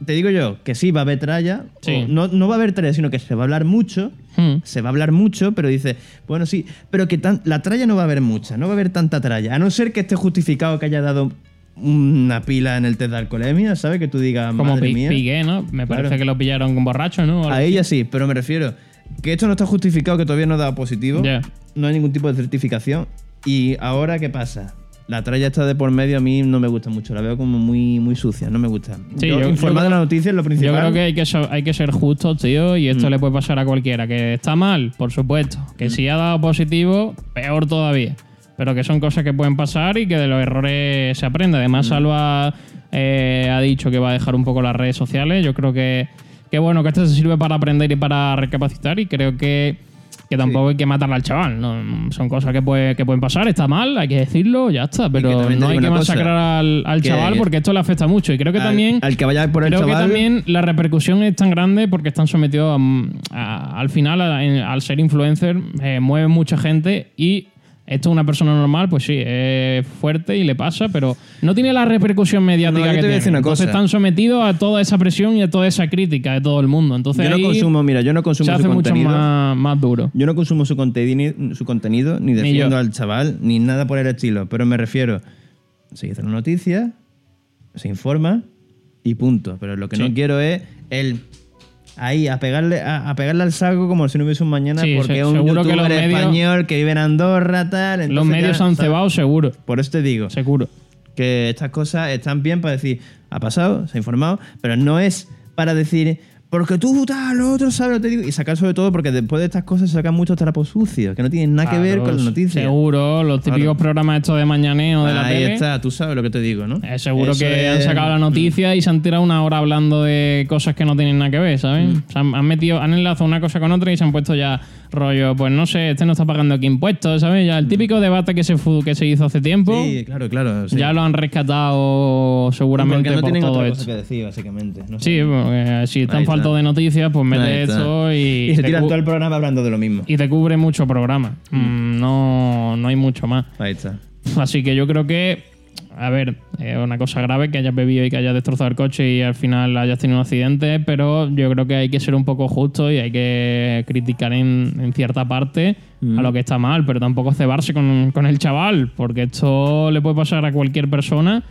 S3: Te digo yo que sí va a haber tralla. o
S2: Sí.
S3: no, no va a haber tralla, sino que se va a hablar mucho.
S2: Hmm.
S3: Se va a hablar mucho, pero dice, bueno, sí, pero que tan- la tralla no va a haber mucha, no va a haber tanta tralla. A no ser que esté justificado que haya dado una pila en el test de alcoholemia, ¿sabes? Que tú digas,
S2: Como
S3: madre
S2: Pi-
S3: mía.
S2: Piqué, ¿no? Me parece
S3: Claro.
S2: que lo pillaron con borracho, ¿no?
S3: A ella sí, pero me refiero que esto no está justificado, que todavía no ha dado positivo.
S2: Ya.
S3: No hay ningún tipo de certificación. Y ahora, ¿qué pasa? La tralla esta de por medio a mí no me gusta mucho. La veo como muy, muy sucia, no me gusta.
S2: Sí,
S3: yo,
S2: yo-
S3: informar
S2: yo-
S3: de las noticias es lo
S2: Yo
S3: principal. Mm.
S2: creo que hay que, so- hay que ser justos, tío, y esto le puede pasar a cualquiera. Que está mal, por supuesto. Que si ha dado positivo, peor todavía. Pero que son cosas que pueden pasar y que de los errores se aprende.
S3: Mm.
S2: Además, Salva eh, ha dicho que va a dejar un poco las redes sociales. Yo creo que, que bueno, que esto se sirve para aprender y para recapacitar. Y creo que, que tampoco hay que matarle al chaval. No, son cosas que, puede- que pueden pasar. Está mal, hay que decirlo, ya está. Pero
S3: también te
S2: no hay
S3: digo
S2: que
S3: una cosa,
S2: masacrar al, al
S3: que-
S2: chaval porque esto le afecta mucho. Y creo que
S3: al,
S2: también
S3: al que vaya por el
S2: creo
S3: chaval.
S2: que también la repercusión es tan grande porque están sometidos a- a- al final, a- en- al ser influencer, eh, mueven mucha gente y esto es una persona normal, pues sí, es fuerte y le pasa, pero no tiene la repercusión mediática
S3: No,
S2: que
S3: yo te voy a
S2: tiene.
S3: decir una
S2: Entonces
S3: cosa.
S2: están sometidos a toda esa presión y a toda esa crítica de todo el mundo. Entonces
S3: Yo no
S2: ahí
S3: consumo, mira, yo no
S2: se
S3: consumo
S2: hace
S3: su
S2: mucho
S3: contenido.
S2: más, más duro.
S3: Yo no consumo su contenido, su contenido ni defiendo
S2: yo.
S3: al chaval, ni nada por el estilo. Pero me refiero, se dice la noticia, se informa y punto. Pero lo que
S2: Sí.
S3: no quiero es el... Ahí, a pegarle, a, a pegarle al saco como si no hubiese un mañana
S2: Sí,
S3: porque
S2: se-
S3: es un
S2: seguro que
S3: youtuber
S2: los medios-
S3: español que vive en Andorra, tal...
S2: Los
S3: entonces
S2: medios
S3: ya,
S2: han
S3: ¿sabes?
S2: cebado seguro,
S3: Por eso te digo
S2: seguro.
S3: que estas cosas están bien para decir, ha pasado, se ha informado, pero no es para decir, porque tú tal, lo otro sabe lo que te digo, y sacar sobre todo porque después de estas cosas se sacan muchos trapos sucios, que no tienen nada que ver
S2: Claro,
S3: con las noticias.
S2: Seguro, los típicos programas estos de mañaneo de la
S3: Ahí
S2: tele.
S3: está, tú sabes lo que te digo, ¿no?
S2: Eh, seguro
S3: Eso
S2: que han
S3: es- Mm.
S2: sacado la noticia y se han tirado una hora hablando de cosas que no tienen nada que ver, ¿sabes?
S3: Mm.
S2: O sea, han, han metido, han enlazado una cosa con otra y se han puesto ya rollo, pues no sé, este no está pagando aquí impuestos, ¿sabes? Ya el típico debate que se fu- que se hizo hace tiempo,
S3: Mm. Sí, claro, claro. sí.
S2: ya lo han rescatado seguramente
S3: porque no
S2: por
S3: tienen
S2: todo
S3: otra
S2: esto.
S3: cosa que decir, básicamente. no sé.
S2: Sí, porque eh, si
S3: Ahí
S2: están
S3: está.
S2: faltos de noticias, pues
S3: Ahí
S2: mete
S3: está.
S2: esto y,
S3: Y se
S2: te
S3: tiran
S2: cu-
S3: todo el programa hablando de lo mismo.
S2: y te cubre mucho programa. Mm, no, no hay mucho más.
S3: Ahí está.
S2: Así que yo creo que, a ver, es una cosa grave que hayas bebido y que hayas destrozado el coche y al final hayas tenido un accidente, pero yo creo que hay que ser un poco justo y hay que criticar en, en cierta parte a lo que está mal, pero tampoco cebarse con, con el chaval, porque esto le puede pasar a cualquier persona.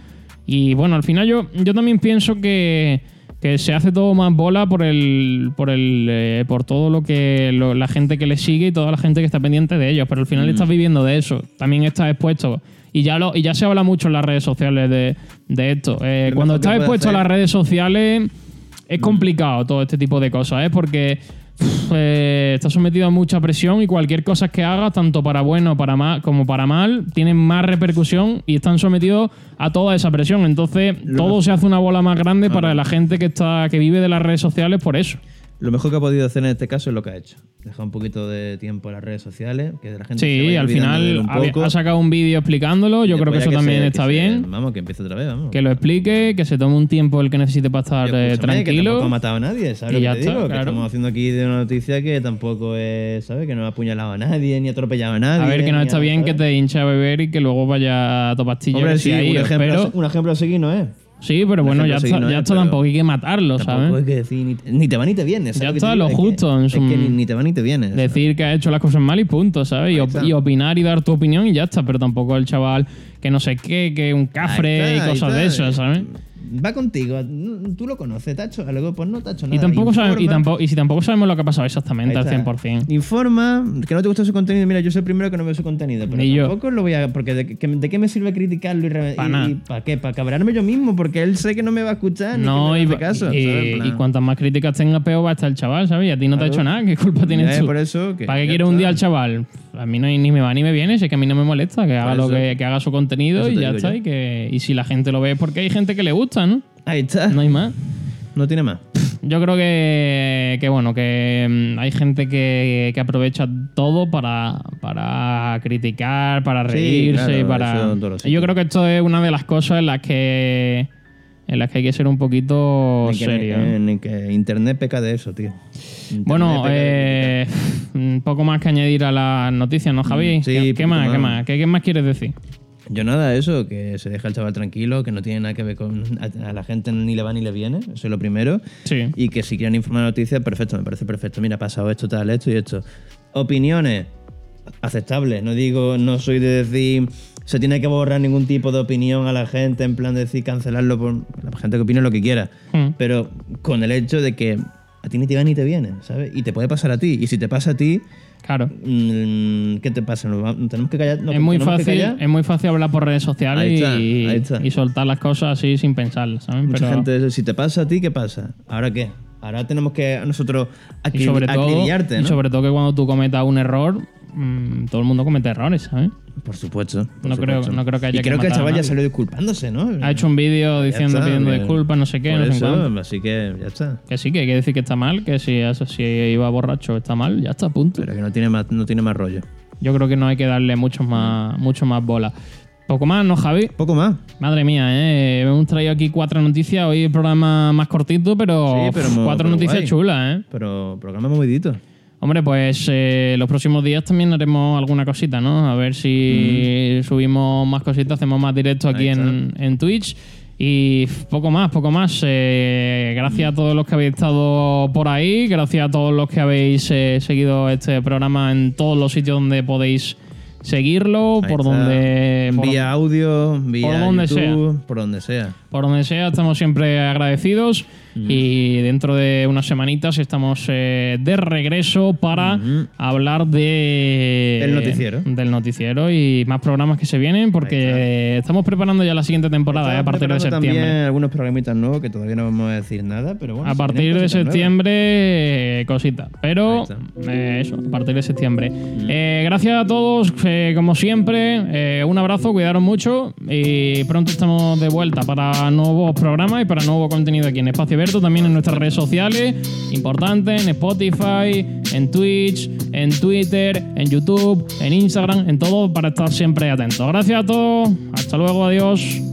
S2: Y bueno, al final yo, yo también pienso que, que se hace todo más bola por el por el eh, por todo lo que lo- la gente que le sigue y toda la gente que está pendiente de ellos pero al
S3: Mm.
S2: final estás viviendo de eso también estás expuesto y ya lo y ya se habla mucho en las redes sociales de, de esto Eh,
S3: Lo
S2: cuando
S3: mejor que
S2: estás
S3: puede
S2: expuesto
S3: hacer-
S2: a las redes sociales es
S3: Mm.
S2: complicado todo este tipo de cosas ¿eh? porque pff, eh, estás sometido a mucha presión y cualquier cosa que hagas tanto para bueno para mal, como para mal tienen más repercusión y están sometidos a toda esa presión entonces todo se hace una bola más grande para la gente que está que vive de las redes sociales por eso
S3: Lo mejor que ha podido hacer en este caso es lo que ha hecho. Dejar un poquito de tiempo en las redes sociales, que la gente se
S2: Sí,
S3: vaya
S2: al
S3: olvidando de él
S2: final
S3: un
S2: había-
S3: poco.
S2: ha sacado un vídeo explicándolo. Yo creo que
S3: Después
S2: eso
S3: ya se-
S2: también
S3: que
S2: está
S3: se-
S2: bien.
S3: Vamos, que empiece otra vez, vamos.
S2: Que lo explique, que se tome un tiempo el que necesite para estar
S3: Tío,
S2: eh,
S3: escúchame, Que
S2: tranquilo.
S3: tampoco ha matado a nadie, ¿sabes
S2: Y
S3: lo que
S2: ya
S3: te
S2: está,
S3: digo? Que
S2: claro.
S3: estamos haciendo aquí de una noticia que tampoco es, ¿sabes? Que no ha apuñalado a nadie, ni ha atropellado a nadie.
S2: A ver, que no
S3: ni
S2: está
S3: ha-
S2: bien que
S3: ¿sabes?
S2: te hincha a beber y que luego vaya a tu pastilla.
S3: Hombre,
S2: que
S3: sí,
S2: sí hay,
S3: un, ejemplo, a
S2: pero-
S3: se- un ejemplo a seguir no es.
S2: Sí, pero bueno, ya
S3: ejemplo,
S2: está,
S3: sí, no
S2: ya
S3: es,
S2: está,
S3: pero
S2: tampoco hay que matarlo,
S3: Tampoco
S2: ¿sabes?
S3: hay que decir ni te, ni te va ni te vienes.
S2: Ya
S3: ¿sabes?
S2: está,
S3: Que te-
S2: lo
S3: es que-
S2: justo, en
S3: Es
S2: su-
S3: que ni, ni te va ni te vienes.
S2: Decir que has hecho las cosas mal y punto, ¿sabes? Y, op-
S3: está.
S2: y opinar y dar tu opinión y ya está, pero tampoco el chaval que no sé qué, que un cafre
S3: Ahí está,
S2: y
S3: ahí
S2: cosas de
S3: está.
S2: esas, ¿sabes?
S3: Va contigo, no- tú lo conoces, te ha hecho algo, pues no te ha hecho nada.
S2: Y tampoco, sabe- y,
S3: informa.
S2: tampoco, y si tampoco sabemos lo que ha pasado exactamente al
S3: Ahí está.
S2: 100%.
S3: Informa que no te gusta su contenido. Mira, yo soy el primero que no veo su contenido, pero
S2: Ni yo.
S3: tampoco lo voy a. Porque de, que- ¿de qué me sirve criticarlo y, re-
S2: Pa'
S3: y-
S2: nada.
S3: y ¿Para qué? Para cabrarme yo mismo, porque él sé que no me va a escuchar.
S2: No, y,
S3: ni que me va a hacer caso,
S2: y-
S3: ¿sabes? En plan,
S2: y cuantas más críticas tenga, peor va a estar el chaval, ¿sabes? Y a ti no te ha
S3: Claro.
S2: hecho nada, ¿qué culpa tienes
S3: ya,
S2: tú?
S3: Por eso, que
S2: ¿Para qué
S3: ya
S2: quiere
S3: está.
S2: un día al chaval? A mí no, ni me va ni me viene, si es que a mí no me molesta, que haga, lo
S3: eso.
S2: que, que haga su contenido
S3: Eso
S2: y
S3: te
S2: ya
S3: digo
S2: está.
S3: yo.
S2: Y, que, y si la gente lo ve es porque hay gente que le gusta, ¿no?
S3: Ahí está.
S2: No
S3: No,
S2: hay más.
S3: tiene más.
S2: Yo creo que, que bueno, que mm, hay gente que, que aprovecha todo para, para criticar, para
S3: Sí,
S2: reírse,
S3: claro,
S2: para.
S3: eso en todos los
S2: Yo
S3: sitios.
S2: creo que esto es una de las cosas en las que en las que hay que ser un poquito
S3: Ni que-
S2: Oh, serio.
S3: ni- ni que Internet peca de eso, tío. Internet
S2: Bueno,
S3: peca de
S2: eh, un poco más que añadir a las noticias, ¿no, Javi?
S3: Mm, sí,
S2: ¿Qué, qué
S3: poquito
S2: más,
S3: más.
S2: ¿Qué más? ¿Qué, qué más quieres decir?
S3: criticar. Yo nada, eso, que se deja el chaval tranquilo, que no tiene nada que ver con. A, a la gente ni le va ni le viene, eso es lo primero.
S2: Sí.
S3: Y que si quieren informar noticias, perfecto, me parece perfecto. Mira, ha pasado esto, tal, esto y esto. Opiniones aceptables. No digo, no soy de decir, se tiene que borrar ningún tipo de opinión a la gente, en plan de decir cancelarlo por la gente que opine lo que quiera.
S2: Mm.
S3: Pero con el hecho de que a ti ni te va ni te viene, ¿sabes? Y te puede pasar a ti. Y si te pasa a ti,
S2: Claro.
S3: mm, ¿qué te pasa? ¿Nos va- tenemos que callar. ¿Nos
S2: es muy
S3: tenemos que
S2: fácil, eh,
S3: callar?
S2: es muy fácil hablar por redes sociales
S3: Ahí está,
S2: y,
S3: ahí está.
S2: y soltar las cosas así sin pensar, ¿sabes?
S3: Mucha
S2: Pero-
S3: gente dice, si te pasa a ti, ¿qué pasa? ¿Ahora qué? Ahora tenemos que nosotros
S2: y
S3: acri-
S2: sobre todo,
S3: acribillarte,
S2: y
S3: ¿no?
S2: sobre todo que cuando tú cometas un error, mm, todo el mundo comete errores, ¿sabes?
S3: Por supuesto. por
S2: No creo-
S3: supuesto.
S2: no creo que haya
S3: Y
S2: que
S3: creo que, el
S2: matar a
S3: chaval ya
S2: nadie.
S3: salió disculpándose, ¿no?
S2: Ha hecho un vídeo diciendo,
S3: está,
S2: pidiendo
S3: bien.
S2: disculpas, no sé qué,
S3: Por
S2: no sé
S3: eso,
S2: cuánto.
S3: Así que ya está.
S2: Que sí, que hay que decir que está mal, que si, eso- si iba borracho está mal, ya está, punto.
S3: Pero que no tiene más, no tiene más rollo.
S2: Yo creo que no hay que darle mucho más, mucho más bola. Poco más, ¿no, Javi?
S3: Poco más.
S2: Madre mía, ¿eh? Hemos traído aquí cuatro noticias. Hoy el programa más cortito, pero,
S3: Sí, pero
S2: pf,
S3: mo-
S2: cuatro
S3: pero
S2: noticias
S3: guay.
S2: chulas, ¿eh?
S3: Pero programa movidito.
S2: Hombre, pues eh, los próximos días también haremos alguna cosita, ¿no? A ver si subimos más cositas, hacemos más directos aquí
S3: Ahí está.
S2: en, en Twitch. Y pf, poco más, poco más. Eh, gracias a todos los que habéis estado por ahí, gracias a todos los que habéis eh, seguido este programa en todos los sitios donde podéis seguirlo,
S3: Ahí
S2: por
S3: está.
S2: donde... por-
S3: vía audio, vía
S2: por donde
S3: YouTube, por donde sea.
S2: por donde sea, estamos siempre agradecidos. Y dentro de unas semanitas estamos eh, de regreso para
S3: Ujú.
S2: hablar de,
S3: Del noticiero.
S2: Del noticiero y más programas que se vienen, porque estamos preparando ya la siguiente temporada, eh, a
S3: Estamos
S2: partir de
S3: preparando
S2: septiembre.
S3: también algunos programitas nuevos que todavía no vamos a decir nada, pero bueno.
S2: A
S3: si
S2: partir
S3: vienen
S2: de
S3: cositas
S2: septiembre, eh, cosita. Pero
S3: Ahí está. Mm.
S2: eh, eso, a partir de septiembre. Eh, gracias a todos, eh, como siempre. eh, un abrazo, cuidaron mucho. Y pronto estamos de vuelta para nuevos programas y para nuevo contenido aquí en Espacio Abierto. También en nuestras redes sociales, importante, en Spotify, en Twitch, en Twitter, en YouTube, en Instagram, en todo, para estar siempre atentos. Gracias a todos, hasta luego, adiós.